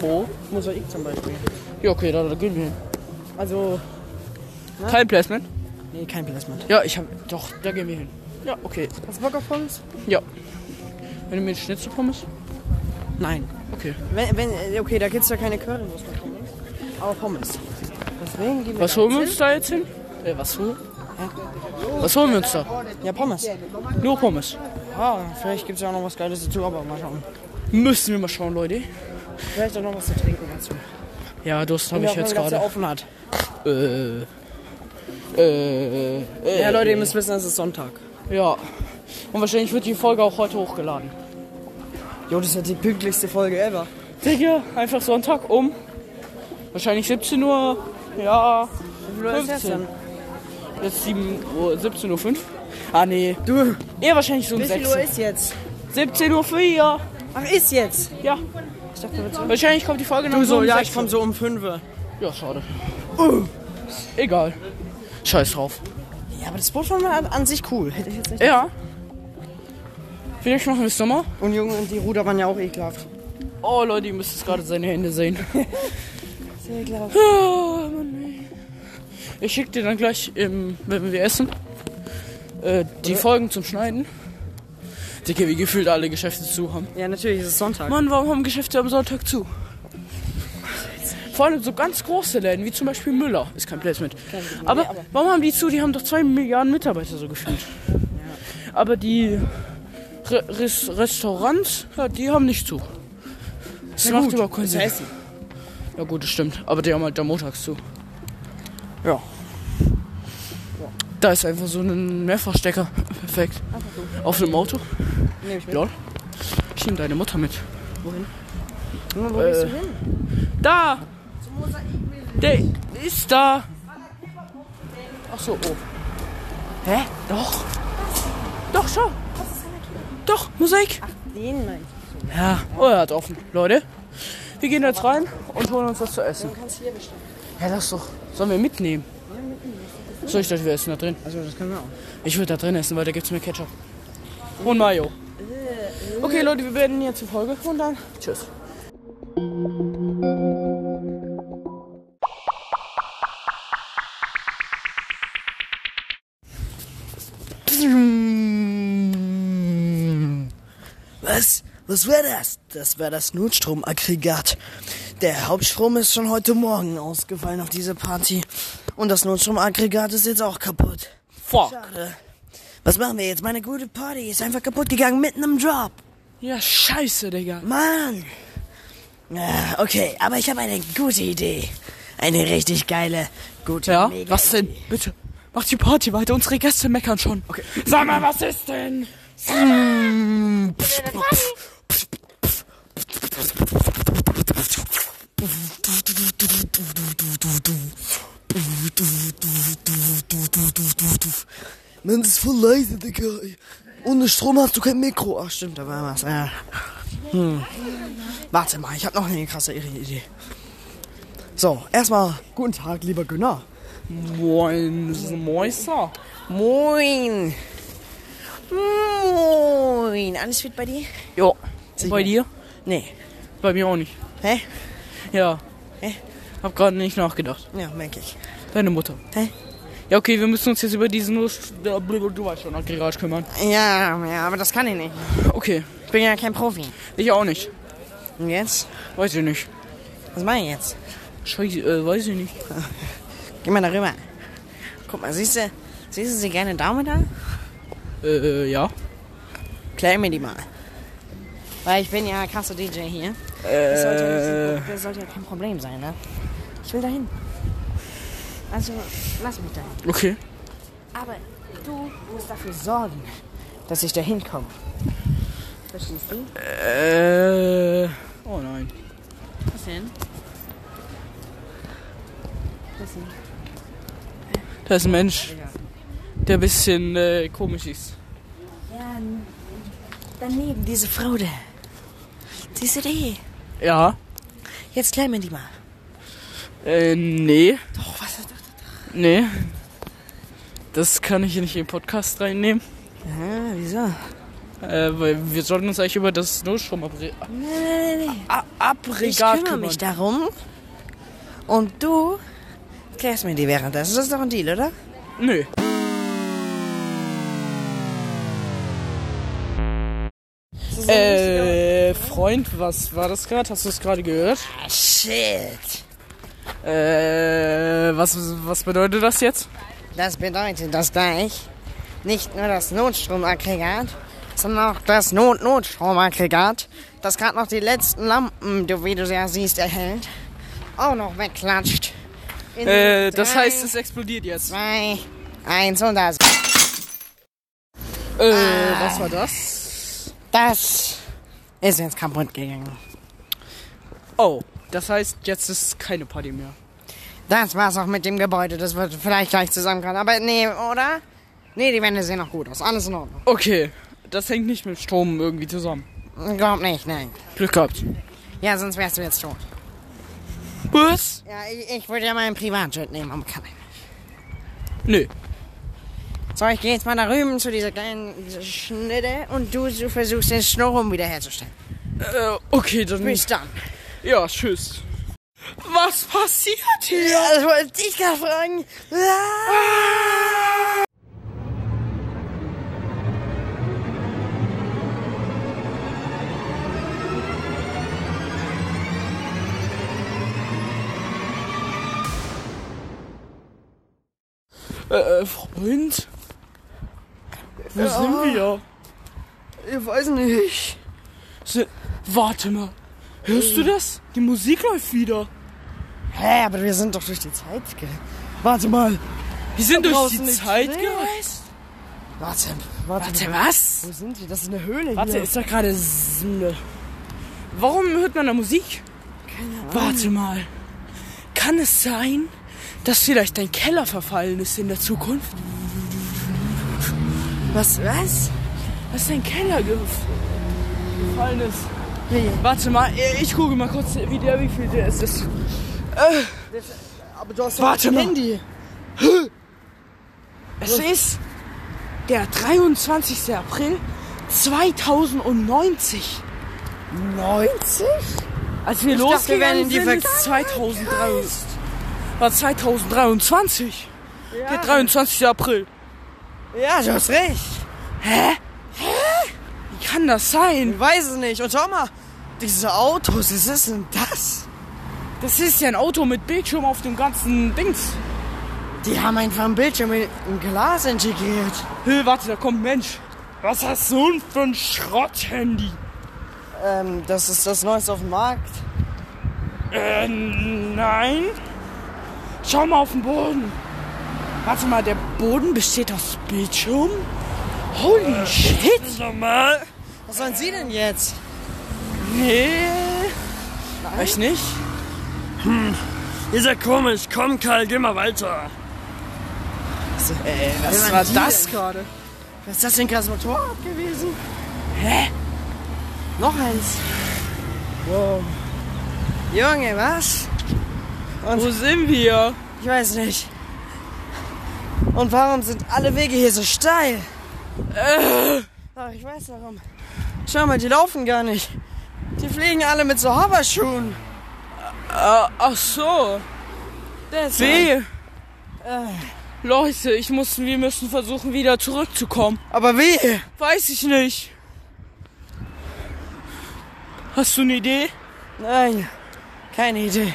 Wo?
Mosaik zum Beispiel.
Ja, okay, da, da gehen wir hin.
Also,
Kein Placement?
nee, kein Placement.
Ja, ich habe. Doch, da gehen wir hin. Ja, okay.
Hast du Bock auf Pommes?
Ja. Wenn du mir einen Schnitzelpommes?
Nein.
Okay.
Wenn, wenn, äh, okay, da gibt's ja keine Currywurst bei Pommes. Aber Pommes. Deswegen gehen wir
Was
da
holen wir
jetzt
uns da jetzt hin? Äh, was holen? Was holen wir uns da?
hin. Ja, Pommes.
Nur Pommes.
Ah, vielleicht gibt's ja auch noch was Geiles dazu, aber mal schauen.
Müssen wir mal schauen, Leute.
Vielleicht auch noch was zu trinken dazu.
Ja, Durst habe
Ja,
ich jetzt
wenn man das ja
gerade.
offen hat.
Äh. Äh. äh
Ja, Leute, ihr müsst wissen, es ist Sonntag.
Ja. Und wahrscheinlich wird die Folge auch heute hochgeladen.
Jo, das ist ja die pünktlichste Folge ever.
Digga, einfach Sonntag um. Wahrscheinlich 17 Uhr. Ja.
ist jetzt
15. Jetzt 7 Uhr, 17.05 Uhr. Ah, nee.
Du,
Eher wahrscheinlich so um
wie viel Uhr
6.
ist jetzt?
17 Uhr 4.
Ach, ist jetzt?
Ja.
Ich dachte, wir
Wahrscheinlich kommt die Folge noch um 6 Uhr.
so um 5 Uhr.
Ja, schade. Egal. Scheiß drauf.
Ja, aber das Boot war an, an sich cool. Hätte ich jetzt nicht.
Ja. Vielleicht machen wir es nochmal.
Und Junge und die Ruder waren ja auch ekelhaft.
Oh, Leute, ihr müsst jetzt gerade seine Hände sehen.
Sehr ekelhaft.
Ah, Mann, ey. Ich schicke dir dann gleich, ähm, wenn wir essen, äh, die Folgen zum Schneiden. Dicke, wie gefühlt alle Geschäfte zu haben.
Ja, natürlich ist es Sonntag.
Mann, warum haben Geschäfte am Sonntag zu? Vor allem so ganz große Läden, wie zum Beispiel Müller, ist kein Placement. aber, warum haben die zu? Die haben doch zwei Milliarden Mitarbeiter so gefühlt. Aber die Re Res Restaurants, ja, die haben nicht zu. Das macht überhaupt keinen Sinn.
Essen.
Ja gut, das stimmt. Aber die haben halt da montags zu.
Ja.
Da ist einfach so ein Mehrfachstecker. Perfekt. Auf einem Auto.
Nehm ich mit.
Lol. Schien deine Mutter mit.
Nun, Wo gehst du hin?
Da! Der ist da! Ach so, oh. Hä? Doch! Doch, schau! Doch, Mosaik!
Den mein.
Ja, oh, er hat offen. Leute, wir gehen jetzt rein und holen uns was zu essen. Ja, das doch. Sollen wir mitnehmen? So, ich dachte, wir essen da drin.
Also das können wir auch.
Ich würde da drin essen, weil da gibt es mehr Ketchup. Und Mayo. Okay, Leute, wir werden jetzt die Folge und dann tschüss.
Was? Was war das? Das war das Notstromaggregat. Der Hauptstrom ist schon heute Morgen ausgefallen auf diese Party. Und das Notstromaggregat ist jetzt auch kaputt.
Fuck.
Schade. Was machen wir jetzt? Meine gute Party ist einfach kaputt gegangen mitten im Drop.
Ja, scheiße, Digga.
Mann! Ah, Okay, aber ich habe eine gute Idee. Eine richtig geile, gute
Ja,
mega
was denn? Bitte, mach die Party weiter, unsere Gäste meckern schon. Okay. Sag mal, was ist denn?
Mann, das ist voll leise, Digga. Ohne Strom hast du kein Mikro. Ach, stimmt, da war was. Ja. Hm. Warte mal, ich habe noch eine krasse Idee. So, erstmal guten Tag, lieber Gunnar.
Moin, Mäuser.
Moin. Moin. Alles fit bei dir?
Ja.
Sicher.
Bei dir?
Nee.
Bei mir auch nicht.
Hä?
Ja.
Hä?
Hab gerade nicht nachgedacht.
Ja, merke ich.
Deine Mutter.
Hä?
Ja, okay, wir müssen uns jetzt über diesen Lust. Du weißt schon, Aggregat kümmern.
Ja, ja, aber das kann ich nicht.
Okay.
Ich bin ja kein Profi.
Ich auch nicht.
Und jetzt?
Weiß ich nicht.
Was mache ich jetzt?
Scheiße, äh, weiß ich nicht.
Geh mal darüber. Guck mal, siehst du, siehst du sie gerne Daumen da?
Äh, äh, ja.
Klär mir die mal. Weil ich bin ja krasse DJ hier. Das sollte, ja
Äh,
nicht, so- das sollte ja kein Problem sein, ne? Ich will dahin. Also, lass mich dahin.
Okay.
Aber du musst dafür sorgen, dass ich dahin komme. Verstehst du?
Äh. Oh nein.
Was denn? Was denn?
Da ist ein Mensch, der ein bisschen äh, komisch ist.
Ja, daneben, diese Frau da. Siehst du die? eh.
Ja.
Jetzt klär mir die mal.
Äh, nee.
Doch, was ist das?
Nee. Das kann ich hier nicht in den Podcast reinnehmen.
Ah, wieso?
Äh, weil wir sollten uns eigentlich über das Notstromabbregat
Nee, nee, nee. Ich
kümmern.
kümmere mich darum. Und du klärst mir die währenddessen. Das ist doch ein Deal, oder?
Nö. Äh, Freund, was war das gerade? Hast du es gerade gehört?
Ah, shit.
Äh, was, was bedeutet das jetzt?
Das bedeutet, dass gleich nicht nur das Notstromaggregat, sondern auch das Not-Notstromaggregat, das gerade noch die letzten Lampen, du- wie du ja siehst, erhält, auch noch wegklatscht. In
Äh, das
drei,
heißt, es explodiert jetzt.
Zwei, eins und das.
Äh, was war das?
Das ist jetzt kaputt gegangen.
Oh, das heißt, jetzt ist keine Party mehr.
Das war's auch mit dem Gebäude. Das wird vielleicht gleich zusammenkommen. Aber nee, oder? Nee, die Wände sehen noch gut aus. Alles in Ordnung.
Okay, das hängt nicht mit Strom irgendwie zusammen.
Glaub nicht, nein.
Glück gehabt.
Ja, sonst wärst du jetzt tot.
Was?
Ja, ich, ich würde ja meinen Privatjet nehmen, aber kann ich nicht.
Nö.
So, ich gehe jetzt mal da rüben zu dieser kleinen Schnitte und du, du versuchst den Schnurrum wiederherzustellen.
Äh, okay, dann.
Bis dann.
Ja, tschüss. Was passiert hier?
Ja, das wollte ich gerade fragen.
Äh, Freund? Wo sind wir?
Ich weiß nicht.
Sind, warte mal. Hörst du das? Die Musik läuft wieder.
Hä, aber wir sind doch durch die Zeit, gell? Warte mal.
Wir sind durch
draußen
die
nichts
Zeit
mehr.
gereist.
Warte, warte.
Warte, was?
Wo sind die? Das ist eine Höhle
Warte,
hier.
ist da gerade... S- ne- Warum hört man da Musik? Warte mal. Kann es sein, dass vielleicht dein Keller verfallen ist in der Zukunft?
Was, was?
Dass dein Keller ge- gefallen ist? Warte mal, äh, ich- ich gucke mal kurz, wie der, wie viel der ist. Das-
Aber du hast
Warte
doch
mal.
ein Handy.
Es ist der 23. April 2090.
90?
Als wir
dachte, wir wären
losgegangen
in die
sind, ist 2003, war 2023. Der 23. April.
Ja, du hast recht.
Wie kann das sein?
Ich weiß es nicht. Und schau mal, diese Autos, was ist denn das?
Das ist ja ein Auto mit Bildschirm auf dem ganzen Dings.
Die haben einfach ein Bildschirm in ein Glas integriert.
Hey, warte, da kommt ein Mensch. Was hast du denn für ein Schrotthandy?
Ähm, das ist das Neueste auf dem Markt.
Äh, nein. Schau mal auf den Boden. Warte mal, der Boden besteht aus Bildschirm? Holy
Äh,
shit! Nochmal?
Was sollen Sie denn jetzt?
Nee. Weiß nicht.
Ist ja Hm, komisch. Komm, Karl, geh mal weiter.
Ey, Also, äh, was
waren
war
die
das
denn?
gerade?
Was ist das für ein krasses Motorrad gewesen?
Hä?
Noch eins. Wow. Junge, was?
Wo sind wir?
Ich weiß nicht. Und warum sind alle Wege hier so steil? Ach, ich weiß warum. Schau mal, die laufen gar nicht. Die fliegen alle mit so Hoverschuhen.
Ah, ach so.
Das
Weh. Leute, ich muss, wir müssen versuchen, wieder zurückzukommen.
Aber wie?
Weiß ich nicht. Hast du eine Idee?
Nein, keine Idee.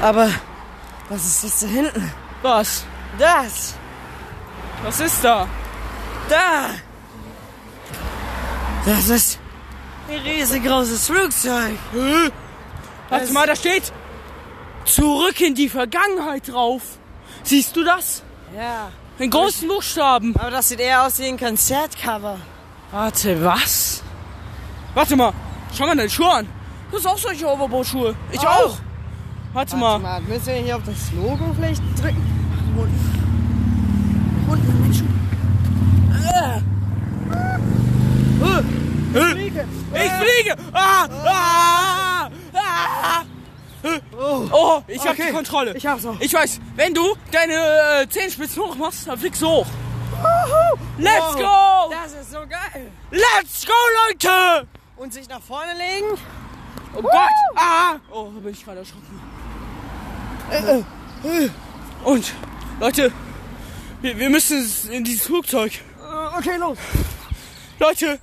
Aber was ist das da hinten?
Was?
Das,
Was ist da?
da. Das ist ein riesengroßes Flugzeug.
Hä? Warte mal, da steht zurück in die Vergangenheit drauf. Siehst du das?
Ja,
In großen Buchstaben.
aber das sieht eher aus wie ein Konzertcover.
Warte, was? Warte mal, schau mal deine Schuhe an. Du hast auch solche Overboard-Schuhe. Ich auch. Warte, mal.
Mal, müssen wir hier auf das Logo vielleicht drücken?
Hä? Ich fliege. Ah, ah, ah. Hä? Oh, ich hab
okay.
die Kontrolle.
Ich hab's auch.
Ich weiß, wenn du deine äh, Zehenspitzen hoch machst, dann fliegst du hoch. Let's go!
Das ist so geil.
Let's go, Leute!
Und sich nach vorne legen?
Oh Gott! Ah! Oh, bin ich gerade erschrocken. Und, Leute, wir, wir müssen in dieses Flugzeug.
Äh, Okay, los.
Leute!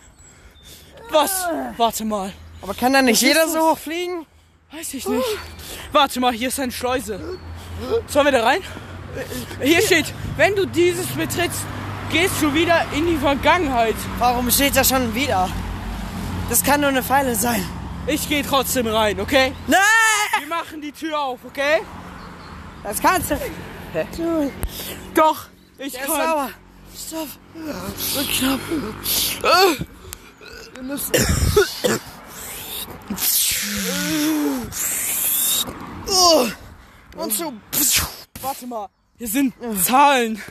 Was? Warte mal.
Aber kann da nicht jeder so hoch fliegen?
Weiß ich nicht. Warte mal, hier ist eine Schleuse. Sollen wir da rein? Hier steht, wenn du dieses betrittst, gehst du wieder in die Vergangenheit.
Warum steht da schon wieder? Das kann nur eine Pfeile sein.
Ich gehe trotzdem rein, okay?
Nein!
Wir machen die Tür auf, okay?
Das kannst du.
Doch, ich
Der ist
kann.
sauer. Stopp. So knapp. Wir müssen. Oh. Und so.
Warte mal, hier sind Zahlen.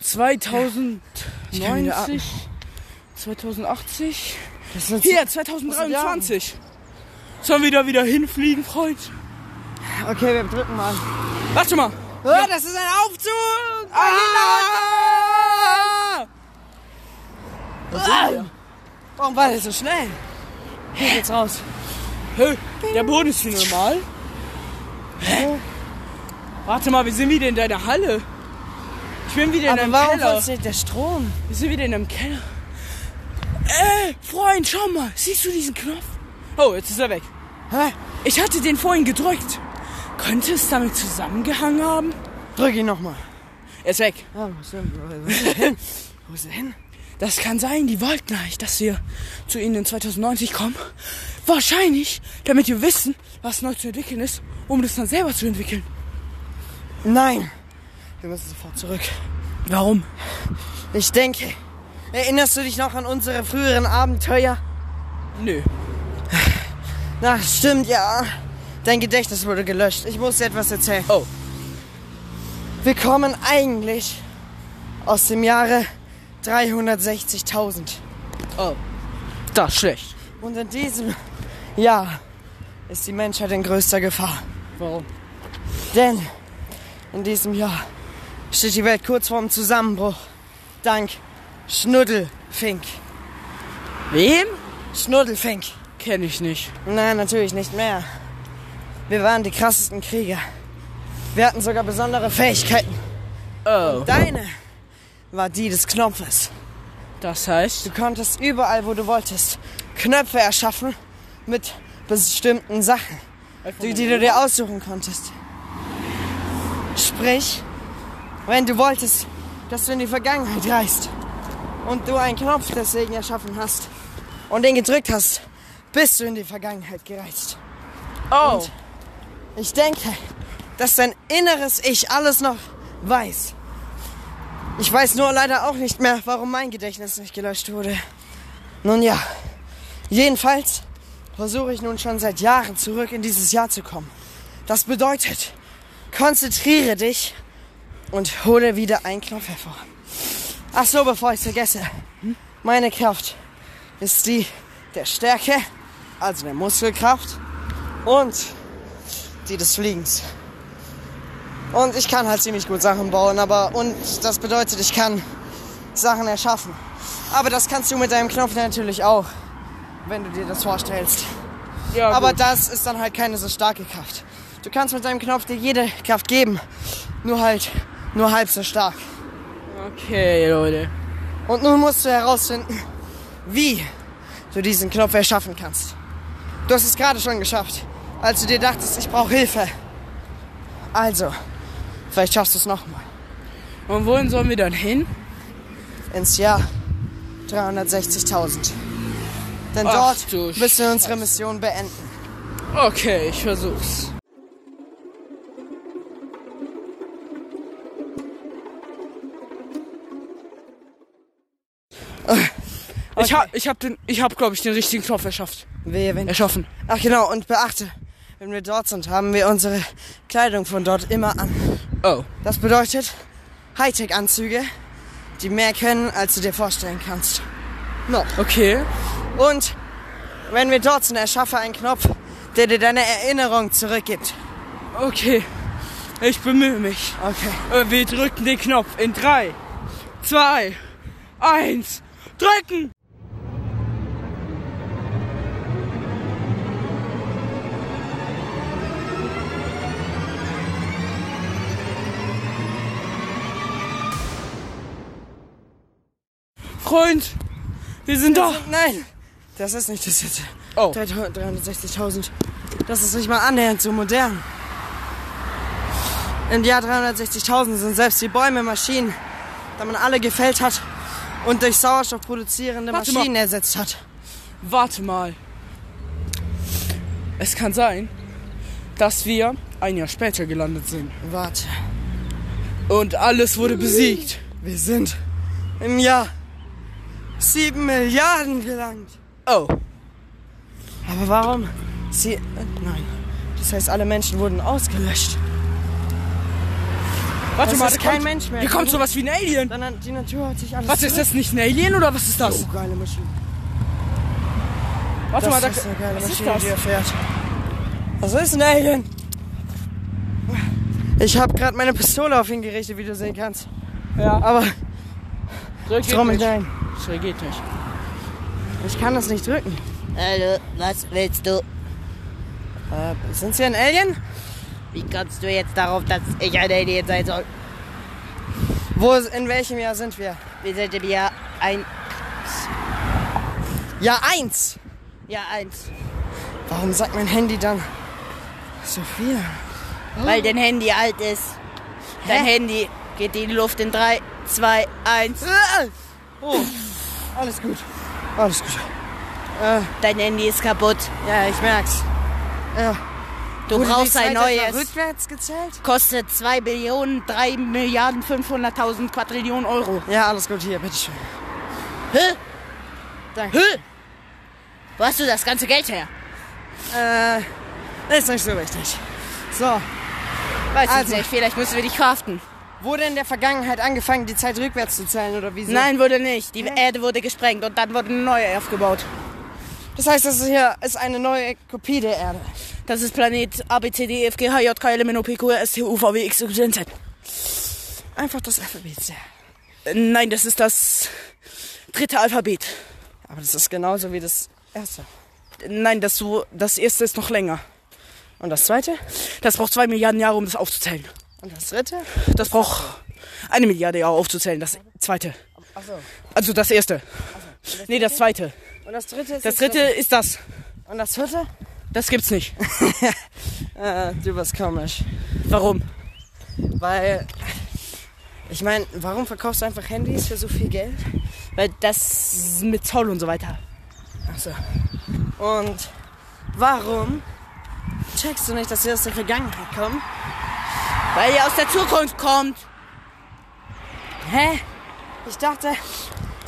2090, 2080.
Das ist
Hier, 2023. Sollen wir da wieder hinfliegen, Freund?
Okay, wir drücken mal.
Warte mal.
Ah, das ist ein Aufzug!
Ah!
Warum war der so schnell? Hier geht's raus.
Hey, der Boden ist hier normal. Hä? Warte mal, wir sind wieder in deiner Halle. Ich bin wieder in
Aber
deinem
warum
Keller.
funktioniert der Strom?
Wir sind wieder in einem Keller. Ey, Freund, schau mal. Siehst du diesen Knopf? Oh, jetzt ist er weg.
Hä?
Ich hatte den vorhin gedrückt. Könnte es damit zusammengehangen haben?
Drück ihn nochmal.
Er ist weg.
Ja, wo ist er hin? Wo ist er hin?
Das kann sein, die wollten eigentlich, dass wir zu ihnen in 2090 kommen. Wahrscheinlich, damit wir wissen, was neu zu entwickeln ist, um das dann selber zu entwickeln.
Nein. Wir müssen sofort zurück.
Warum?
Ich denke, erinnerst du dich noch an unsere früheren Abenteuer?
Nö.
Na, stimmt, ja. Dein Gedächtnis wurde gelöscht. Ich muss dir etwas erzählen.
Oh.
Wir kommen eigentlich aus dem Jahre 360.000.
Oh. Das ist schlecht.
Und in diesem Jahr ist die Menschheit in größter Gefahr.
Warum?
Denn in diesem Jahr steht die Welt kurz vorm Zusammenbruch. Dank Schnuddelfink.
Wem?
Schnuddelfink.
Kenne ich nicht.
Nein, natürlich nicht mehr. Wir waren die krassesten Krieger. Wir hatten sogar besondere Fähigkeiten.
Oh.
Deine war die des Knopfes.
Das heißt,
Du konntest überall, wo du wolltest, Knöpfe erschaffen mit bestimmten Sachen, die, die du dir aussuchen konntest. Sprich, wenn du wolltest, dass du in die Vergangenheit reist und du einen Knopf deswegen erschaffen hast und den gedrückt hast, bist du in die Vergangenheit gereist.
Oh.
Ich denke, dass dein inneres Ich alles noch weiß. Ich weiß nur leider auch nicht mehr, warum mein Gedächtnis nicht gelöscht wurde. Nun ja, jedenfalls versuche ich nun schon seit Jahren zurück in dieses Jahr zu kommen. Das bedeutet, konzentriere dich und hole wieder einen Knopf hervor. Ach so, bevor ich es vergesse. Meine Kraft ist die der Stärke, also der Muskelkraft und die des Fliegens. Und ich kann halt ziemlich gut Sachen bauen, aber und das bedeutet, ich kann Sachen erschaffen. Aber das kannst du mit deinem Knopf natürlich auch, wenn du dir das vorstellst.
Ja,
aber
gut.
das ist dann halt keine so starke Kraft. Du kannst mit deinem Knopf dir jede Kraft geben, nur halt nur halb so stark.
Okay, Leute.
Und nun musst du herausfinden, wie du diesen Knopf erschaffen kannst. Du hast es gerade schon geschafft, als du dir dachtest, ich brauche Hilfe. Also, vielleicht schaffst du es nochmal.
Und wohin sollen wir dann hin?
Ins Jahr 360.000. Denn
Ach,
dort
du
müssen wir unsere Mission beenden.
Okay, ich versuch's. Ich hab, ich hab den, ich hab, glaube ich, den richtigen Knopf erschafft.
Wehe, wenn
Erschaffen.
Ach genau, und beachte, wenn wir dort sind, haben wir unsere Kleidung von dort immer an.
Oh.
Das bedeutet Hightech-Anzüge, die mehr können, als du dir vorstellen kannst. No.
Okay.
Und wenn wir dort sind, erschaffe einen Knopf, der dir deine Erinnerung zurückgibt.
Okay. Ich bemühe mich.
Okay.
Äh, Wir drücken den Knopf in 3, 2, 1. Drücken! Freund, wir sind da.
Nein, das ist nicht das jetzt.
Oh.
360.000. Das ist nicht mal annähernd so modern. Im Jahr 360.000 sind selbst die Bäume Maschinen, da man alle gefällt hat und durch Sauerstoff produzierende
Warte mal.
Maschinen ersetzt hat.
Warte mal. Es kann sein, dass wir ein Jahr später gelandet sind.
Warte,
Und alles wurde besiegt.
wir sind im Jahr 7 Milliarden gelangt.
Oh.
Aber warum? Sie. äh, Nein. Das heißt, alle Menschen wurden ausgelöscht.
Warte
Das
mal,
ist
da
kein
kommt,
Mensch mehr.
Hier kommt sowas wie ein Alien.
Dann hat die Natur hat sich alles.
Was ist das nicht ein Alien oder was ist das?
Oh, geile Maschine.
Warte mal,
Das
da
ist eine geile
was ist
Maschine,
das?
die er fährt. Was ist ein Alien? Ich habe gerade meine Pistole auf ihn gerichtet, wie du sehen kannst.
Ja,
Aber
Schräg
ich trau mich
nicht.
ein.
Schräg geht nicht.
Ich kann das nicht drücken.
Hallo, was willst du?
Äh, sind Sie ein Alien?
Wie kommst du jetzt darauf, dass ich ein Alien sein
also,
soll?
Wo, in welchem Jahr sind wir?
Wir sind im Jahr ein,
Jahr 1.
Jahr eins.
Warum sagt mein Handy dann so viel?
Weil dein Handy alt ist.
Dein Handy geht in die Luft in 3, 2, 1.
Äh! Oh. Alles gut. Alles gut.
Dein Handy ist kaputt.
Ja, ich merk's. Ja.
Du
Wurde die
brauchst ein
Zeit etwa
neues.
Rückwärts gezählt?
Kostet 2 Billionen, 3 Milliarden, 500.000 Quadrillionen Euro.
Ja, alles gut. Hier, bitteschön.
Hä?
Danke.
Hä? Wo hast du das ganze Geld her?
Äh, ist nicht so wichtig. So,
Weiß
Also.
ich nicht, vielleicht müssen wir dich verhaften.
wurde in der Vergangenheit angefangen, die Zeit rückwärts zu zählen oder wie? so?
Nein, wurde nicht. Die Erde wurde gesprengt und dann wurde eine neue aufgebaut.
Das heißt, das hier ist eine neue Kopie der Erde.
Das ist Planet A, B, C, D, E, F, G, H, J, K, L, M, N, O, P, Q, R, S, T, U, V, W, X, Y, Z.
Einfach das Alphabet sehr.
Äh, Nein, das ist das dritte Alphabet.
Aber das ist genauso wie das erste.
Äh, Nein, das, so- das erste ist noch länger.
Und das zweite?
Das braucht zwei Milliarden Jahre, um das aufzuzählen.
Und das dritte?
Das braucht eine Milliarde Jahre aufzuzählen, das zweite.
Achso.
Also das erste. Nee, das zweite.
Und das dritte ist
Das dritte ist das.
Und das vierte?
Das gibt's nicht.
Äh, du bist komisch.
Warum?
Weil. Ich meine, warum verkaufst du einfach Handys für so viel Geld?
Weil das mit Zoll und so weiter.
Achso. Und warum checkst du nicht, dass wir aus der Vergangenheit kommen?
Weil ihr aus der Zukunft kommt.
Hä? Ich dachte,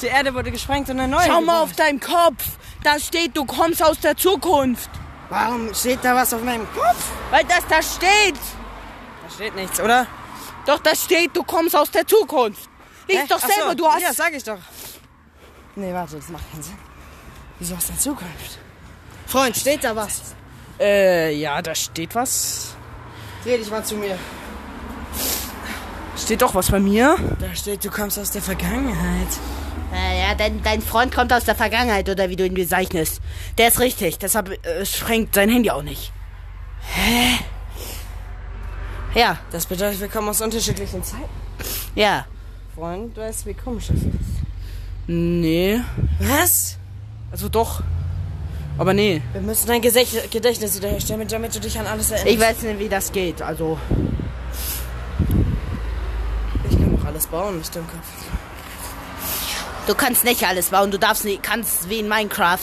die Erde wurde gesprengt und eine neue.
Schau mal auf
gebaut.
deinen Kopf. Da steht, du kommst aus der Zukunft.
Warum steht da was auf meinem Kopf?
Weil das da steht.
Da steht nichts, oder?
Doch, da steht, du kommst aus der Zukunft. Lies
Hä?
doch
Ach so,
selber, du hast...
Ja, sag ich doch. Nee, warte, das macht keinen Sinn. Wieso aus der Zukunft? Freund, steht da was?
Äh, ja, da steht was.
Dreh dich mal zu mir.
Steht doch was bei mir.
Da steht, du kommst aus der Vergangenheit.
Naja, dein, dein Freund kommt aus der Vergangenheit, oder wie du ihn bezeichnest. Der ist richtig, deshalb äh, sprengt sein Handy auch nicht. Hä? Ja,
Das bedeutet, wir kommen aus unterschiedlichen Zeiten.
ja.
Freund, du weißt, wie komisch das ist.
Nee.
Was?
Also doch. Aber nee.
Wir müssen dein Gesech- Gedächtnis wiederherstellen, damit- damit du dich an alles erinnerst.
Ich weiß nicht, wie das geht, also.
Ich kann doch alles bauen, nicht im Kopf.
Du kannst nicht alles bauen, du darfst nicht, kannst wie in Minecraft.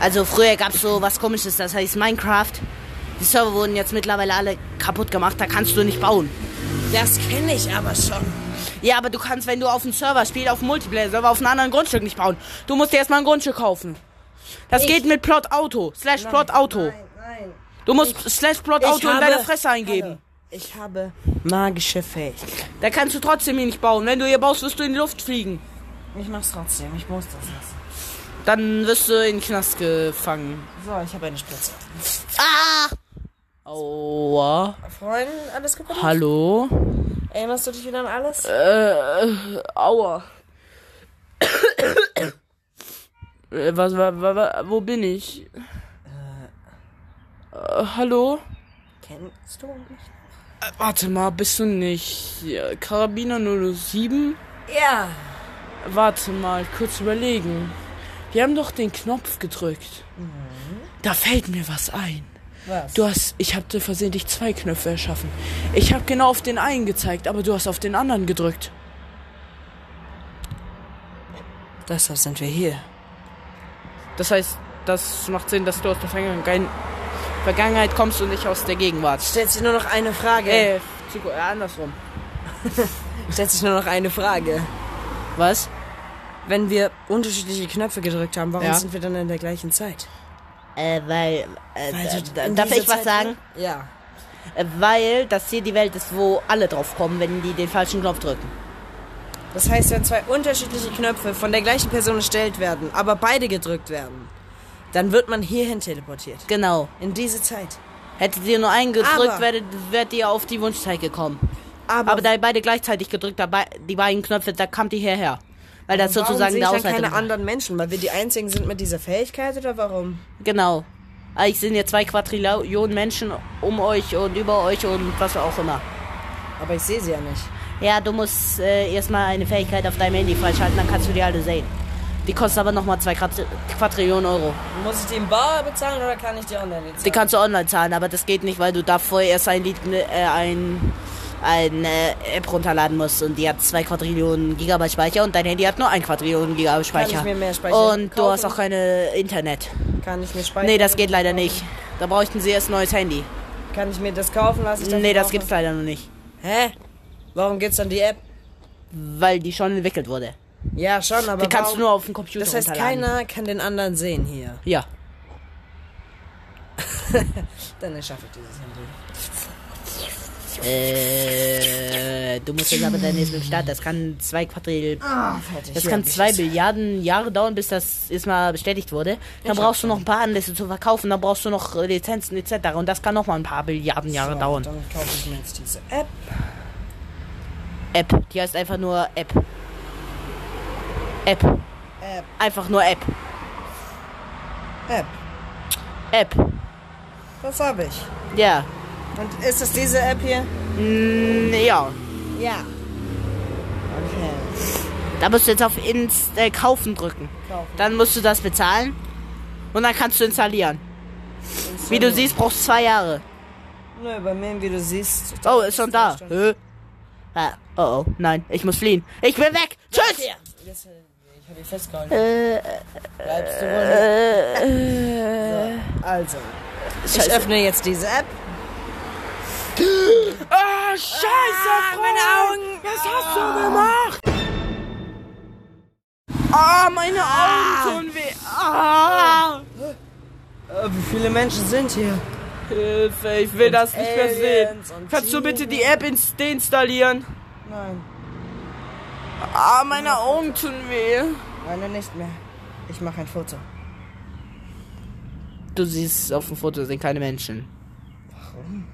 Also früher gab es so was komisches, das heißt Minecraft. Die Server wurden jetzt mittlerweile alle kaputt gemacht, da kannst du nicht bauen.
Das kenne ich aber schon.
Ja, aber du kannst, wenn du auf dem Server spielst, auf dem Multiplayer-Server, auf einem anderen Grundstück nicht bauen. Du musst dir erstmal ein Grundstück kaufen. Das geht mit Plot Auto. Slash Plot Auto.
Nein.
du musst Slash Plot
ich
Auto in
habe-
deine Fresse eingeben.
Ich habe magische Fähigkeiten.
Da kannst du trotzdem ihn nicht bauen. Wenn du hier baust, wirst du in die Luft fliegen.
Ich mach's trotzdem, ich muss das lassen.
Dann wirst du in den Knast gefangen.
So, ich habe eine Spritze.
Ah! Aua.
Freund, alles gut bei dir?
Hallo?
Erinnerst du dich wieder an alles?
Äh.
Aua. Äh, was, wa, wa, wa, wo bin ich? Äh, hallo?
Kennst du mich?
Äh, warte mal, bist du nicht äh, Karabiner 007?
Ja.
Warte mal, kurz überlegen. Wir haben doch den Knopf gedrückt. Da fällt mir Mhm. was ein.
Was?
Du hast, ich habe versehentlich zwei Knöpfe erschaffen. Ich habe genau auf den einen gezeigt, aber du hast auf den anderen gedrückt.
Deshalb sind wir hier.
Das heißt, das macht Sinn, dass du aus der Vergangenheit, Vergangenheit kommst und nicht aus der Gegenwart.
Stellt sich nur noch eine Frage.
Äh, Zuku- äh, andersrum.
Stellt sich nur noch eine Frage.
Was?
Wenn wir unterschiedliche Knöpfe gedrückt haben, warum
Ja.
sind wir dann in der gleichen Zeit?
Äh, weil. Äh,
Weil du
da-
in
darf
dieser
ich was
Zeit-
sagen?
Ja.
Äh, Weil das hier die Welt ist, wo alle drauf kommen, wenn die den falschen Knopf drücken.
Das heißt, wenn zwei unterschiedliche Knöpfe von der gleichen Person erstellt werden, aber beide gedrückt werden, dann wird man hierhin teleportiert.
Genau.
In diese Zeit.
Hättet ihr nur einen gedrückt,
Aber-
werdet, wärt ihr auf die Wunschzeit gekommen.
Aber,
Aber da ihr beide gleichzeitig gedrückt habt, bei- die beiden Knöpfe, da kamt ihr hierher. Weil das
warum
sozusagen
sehe ich
der
dann
Ausweiter
keine anderen Menschen? Weil wir die einzigen sind mit dieser Fähigkeit oder warum?
Genau. Eigentlich sind hier zwei Quadrillionen Menschen um euch und über euch und was auch immer.
Aber ich sehe sie ja nicht.
Ja, du musst äh, erstmal eine Fähigkeit auf deinem Handy freischalten, dann kannst du die alle sehen. Die kostet aber nochmal zwei Quadri Quadrillionen Euro.
Muss ich die im Bar bezahlen oder kann ich die online
Die kannst du online zahlen, aber das geht nicht, weil du davor erst ne, ein, Lied, äh, ein eine App runterladen musst und die hat 2 Quadrillionen Gigabyte Speicher und dein Handy hat nur 1 Quadrillionen Gigabyte Speicher.
ich mir mehr Speicher
und du
kaufen?
hast auch keine Internet.
Kann ich mir speichern?
Nee, das geht leider nicht. Da bräuchten sie erst ein neues Handy.
Kann ich mir das kaufen lassen? Ich
Nee, das
kaufe?
gibt's leider noch nicht.
Hä? Warum gibt's dann die App?
Weil die schon entwickelt wurde.
Ja, schon, aber
Die kannst
warum?
du nur auf dem Computer
Das heißt,
runterladen.
keiner kann den anderen sehen hier.
Ja.
Dann erschaffe ich dieses Handy.
Äh, du musst jetzt aber dann jetzt mit dem Start. Das kann zwei Quadrill.
Fertig.
Das
hier
kann
hab Ah, ich
zwei
es.
Milliarden Jahre dauern, bis das erstmal bestätigt wurde. Dann brauchst du noch ein paar Anlässe zu verkaufen, dann brauchst du noch äh, Lizenzen etc. Und das kann nochmal ein paar Milliarden Jahre
So,
dauern.
Dann kaufe ich mir jetzt diese App.
App. Die heißt einfach nur App. App.
App.
Einfach nur App.
App.
App.
Das habe ich.
Ja.
Und ist das diese App hier?
Mm, ja.
Ja. Okay.
Da musst du jetzt auf Inst äh, Kaufen drücken.
Kaufen.
Dann musst du das bezahlen. Und dann kannst du installieren. Wie du siehst, brauchst du zwei Jahre.
Nö, bei mir, wie du siehst.
Oh, ist schon da. Hä? Ah, oh, oh, nein, ich muss fliehen. Ich bin weg. Tschüss.
Ich habe dich festgehalten. Bleibst du wohl nicht? So, also. Ich öffne jetzt diese App. Ah,
Ah, meine Augen tun weh. Ah.
Äh, wie viele Menschen sind hier?
Hilfe, ich will das nicht mehr sehen.
Aliens und
Kannst du bitte die App ins deinstallieren?
Nein,
Ah, meine Augen tun weh.
eine nicht mehr. Ich mache ein Foto.
Du siehst auf dem Foto sind keine Menschen. Warum?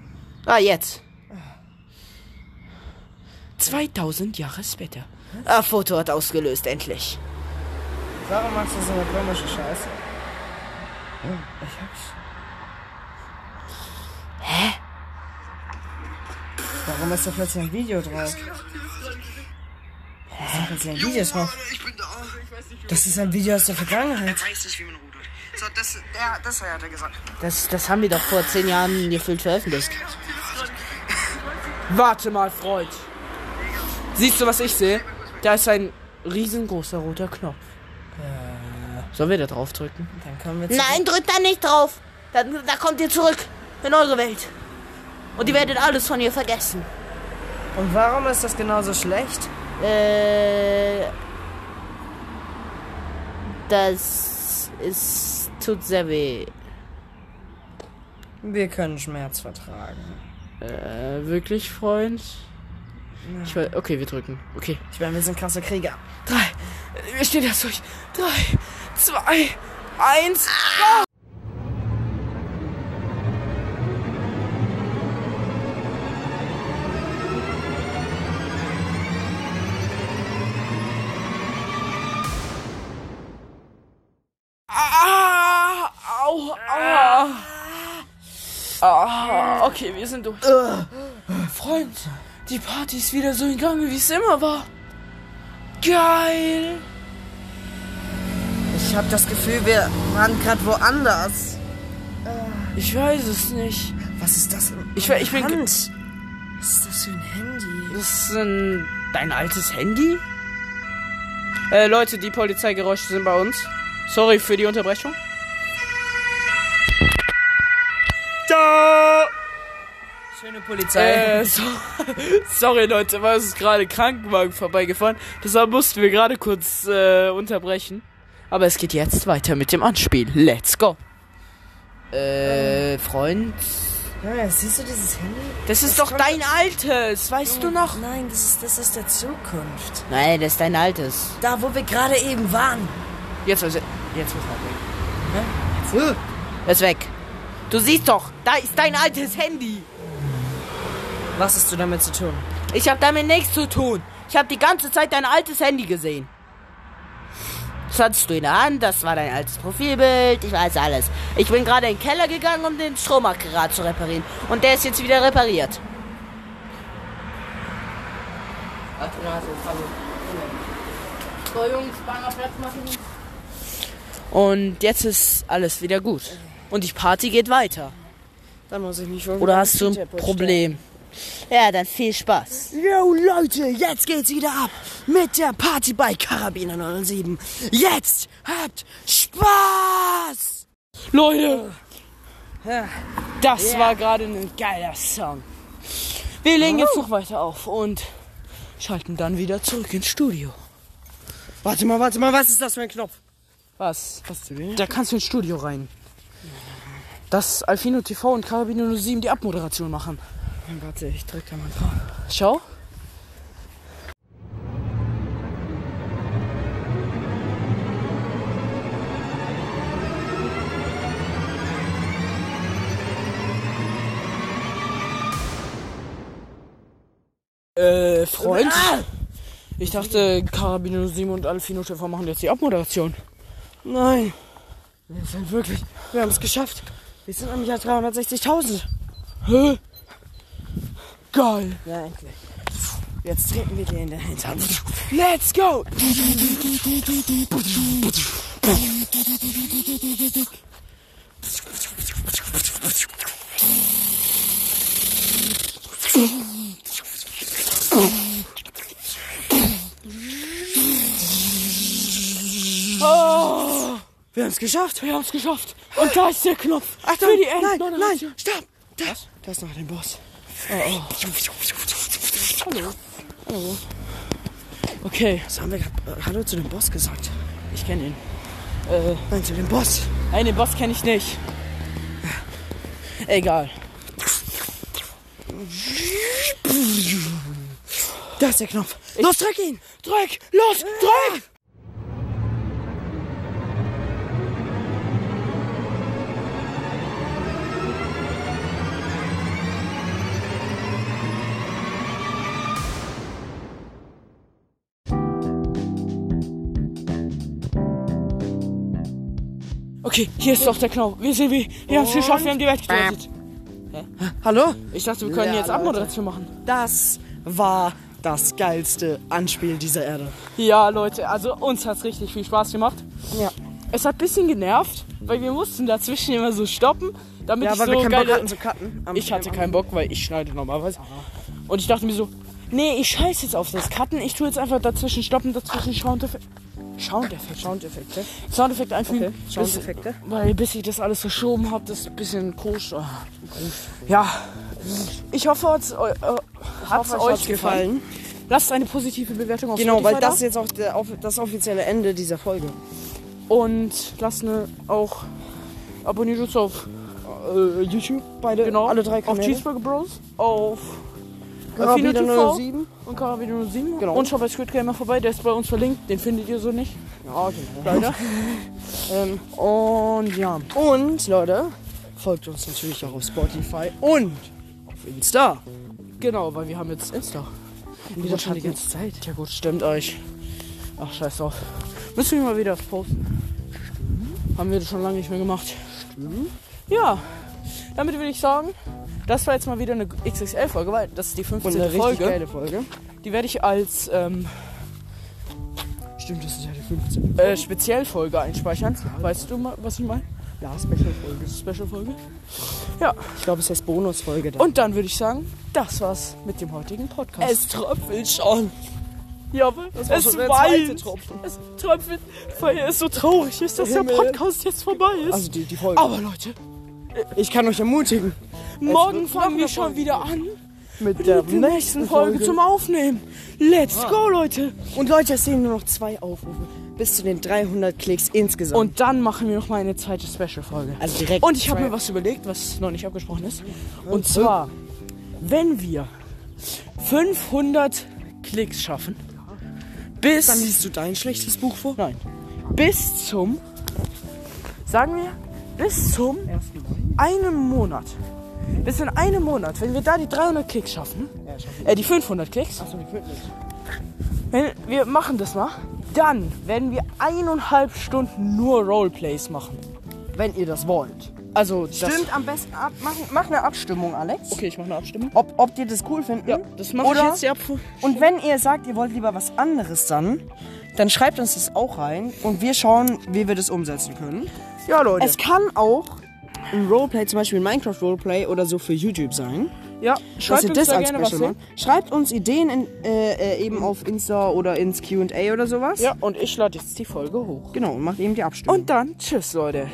Ah, jetzt.
2000 Jahre später.
Ah, Foto hat ausgelöst, endlich.
Warum machst Oh, du so eine komische Scheiße? Hm, Ich hab's. Hä? Warum ist da plötzlich ein Video drauf? Hä? Ist plötzlich ein Video drauf? Das ist ein Video aus der Vergangenheit.
weiß nicht, wie man rudert. So, das, ja, das hat er gesagt.
Das, das haben wir doch vor zehn Jahren gefühlt veröffentlicht.
Warte mal, Freund. Siehst du, was ich sehe? Da ist ein riesengroßer roter Knopf. Sollen wir da drauf drücken?
Dann kommen wir zu.
Nein, drückt da nicht drauf. Da, da kommt ihr zurück in eure Welt. Und ihr werdet alles von ihr vergessen.
Und warum ist das genauso schlecht?
Äh, das ist, tut sehr weh.
Wir können Schmerz vertragen.
Äh, wirklich, Freund? Ich weiß, okay, wir drücken. Okay.
Ich meine, wir sind krasse Krieger.
Drei. Äh, Wir stehen jetzt durch. Drei, zwei, eins. Ah! Au, aua. Ah, okay, wir sind durch. Freund, die Party ist wieder so in Gang, wie es immer war. Geil!
Ich habe das Gefühl, wir waren gerade woanders.
Ich weiß es nicht.
Was ist das? denn?
Ich, we- ich bin.
Hand.
ge-
Was ist das für ein Handy?
Das ist ein, dein altes Handy? Äh, Leute, die Polizeigeräusche sind bei uns. Sorry für die Unterbrechung. Ciao!
Schöne Polizei.
Äh, so, sorry Leute, weil es ist gerade Krankenwagen vorbeigefahren. Deshalb mussten wir gerade kurz äh, unterbrechen. Aber es geht jetzt weiter mit dem Anspiel. Let's go! Äh, Freund?
Ja, siehst du dieses Handy?
Das ist doch dein altes, weißt du noch?
Nein, das ist das ist der Zukunft.
Nein, das ist dein altes.
Da, wo wir gerade eben waren.
Jetzt weiß ich. Jetzt muss man weg.
Ist weg. Hm? Du siehst doch, da ist dein altes Handy.
Was hast du damit zu tun?
Ich habe damit nichts zu tun. Ich habe die ganze Zeit dein altes Handy gesehen. Das hattest du in der Hand, das war dein altes Profilbild, ich weiß alles. Ich bin gerade in den Keller gegangen, um den Stromaggregat zu reparieren. Und der ist jetzt wieder repariert.
Und jetzt ist alles wieder gut. Und die Party geht weiter.
Dann muss ich mich schon.
Oder hast du ein Problem?
Ja, dann viel Spaß.
Yo Leute, jetzt geht's wieder ab mit der Party bei Karabiner 907. Jetzt habt Spaß!
Leute, das war gerade ein geiler Song. Wir legen jetzt noch weiter auf und schalten dann wieder zurück ins Studio.
Warte mal, warte mal, was ist das für ein Knopf?
Was? Was du Da kannst du ins Studio rein. Dass Alfino TV und Karabino 07 die Abmoderation machen.
Warte, ich drück da mal drauf.
Schau. Äh, Freund?
Ah!
Ich dachte, Karabino 07 und Alfino TV machen jetzt die Abmoderation.
Nein. Wir sind wirklich, wir haben es geschafft. Wir sind am Jahr 360.000.
Hä? Geil.
Ja, endlich. Jetzt treten wir dir in den Hintern. Let's go! Wir haben es geschafft.
Wir haben es geschafft. Und da ist der Knopf.
Achtung,
für die
nein,
Endmoderation.
nein, stopp. Da, da ist noch den Boss.
Oh, Okay,
Was haben wir gerade? Hallo zu dem Boss gesagt.
ich kenne ihn. Äh,
Nein, zu dem Boss.
nein, den Boss kenne ich nicht. Egal.
Da ist der Knopf. Los, drück ihn!
Drück, los, drück! Okay, hier ist doch der Knopf. Wir sind wie. Wir haben es geschafft, wir haben die Welt gerettet.
Hallo?
Ich dachte, wir können jetzt Abmoderation machen.
Das war das geilste Anspiel dieser Erde.
Ja, Leute, also uns hat's richtig viel Spaß gemacht.
Ja.
Es hat ein bisschen genervt, weil wir mussten dazwischen immer so stoppen, damit
Ja,
ich
weil
so
wir keinen
geile...
Bock hatten zu cutten. Am-
ich hatte keinen Bock, weil ich schneide normalerweise. Und ich dachte mir so, nee, ich scheiß jetzt auf das Cutten. Ich tue jetzt einfach dazwischen stoppen, dazwischen Soundeffekte... Soundeffekte?
Soundeffekte.
Soundeffekte einfügen. bis-
Soundeffekte.
Weil bis ich das alles verschoben habe, das ist ein bisschen komisch. ah. Ja. Ich hoffe, hat's, eu- äh, hat's
Hat's
euch gefallen. Lasst eine positive Bewertung auf
Genau,
Spotify
weil
da.
das jetzt auch der, auf, das offizielle Ende dieser Folge.
Und lasst ne auch abonniert uns auf äh, YouTube,
Beide,
genau,
alle drei
auf
Kanäle.
Cheeseburger Bros, auf
Genau,
Affino
wieder
TV
07.
und Karabino 07
Genau.
und schaut bei Squid Gamer vorbei, der ist bei uns verlinkt, den findet ihr so nicht,
Ja, genau.
leider.
Ähm,
und ja,
und, Leute, folgt uns natürlich auch auf Spotify und auf Insta.
genau, weil wir haben jetzt Insta.
Wieder
schon die ganze Zeit. Ja gut, stimmt euch. Ach, scheiß drauf. Müssen wir mal wieder posten. Haben wir schon lange nicht mehr gemacht. Ja, damit würde ich sagen, das war jetzt mal wieder eine XXL-Folge, weil das ist die
Und
15.
eine richtig
Folge.
geile Folge.
Die werde ich als ähm,
Stimmt, das ist ja die 15.
äh, Spezialfolge einspeichern. Weißt du, mal, was ich meine?
Ja, Special-Folge.
Special-Folge.
Ich glaube, es heißt Bonusfolge. dann.
Und dann würde ich sagen, das war's mit dem heutigen Podcast. Es tröpfelt schon. Jawohl, es
war schon der zweite
weint.
Tropfen.
Es tröpfelt, weil es so traurig ist, dass der
Himmel.
Podcast jetzt vorbei ist.
also die, die Folge.
Aber Leute,
ich kann euch ermutigen.
morgen
wird noch
fangen wir
eine
schon
Folge
wieder an
Mit
mit der nächsten Folge zum Aufnehmen. Let's
Ah.
go, Leute.
Und Leute, es sehen nur noch zwei Aufrufe. Bis zu den 300 Klicks insgesamt.
Und dann machen wir noch mal eine zweite Special-Folge.
also direkt.
Und ich habe mir was überlegt, was noch nicht abgesprochen ist. Und zwar, wenn wir 500 Klicks schaffen,
Dann
bis,
liest du dein schlechtes Buch vor.
nein, bis zum, sagen wir, bis zum einen Monat. Bis in einem Monat, wenn wir da die 300 Klicks schaffen, äh, die 500 Klicks, wenn wir machen das mal, dann werden wir eineinhalb Stunden nur Roleplays machen.
Wenn ihr das wollt.
Also, das,
Stimmt am besten ab. Mach, mach eine Abstimmung, Alex.
okay, ich mache eine Abstimmung.
Ob, ob die das cool finden.
Ja, das mache ich
Oder-
jetzt. Ja, puh.
Und wenn ihr sagt, ihr wollt lieber was anderes dann, dann schreibt uns das auch rein und wir schauen, wie wir das umsetzen können.
ja Leute.
Es kann auch ein Roleplay, zum Beispiel ein Minecraft-Roleplay oder so für YouTube sein.
Ja,
dass
schreibt
ihr
uns
das
da
als
gerne was
Special
hin.
macht. Schreibt uns Ideen in, äh, äh, eben auf Insta oder ins QA oder sowas.
Ja, und ich lade jetzt die Folge hoch.
Genau, und macht eben die Abstimmung.
Und dann, tschüss, Leute.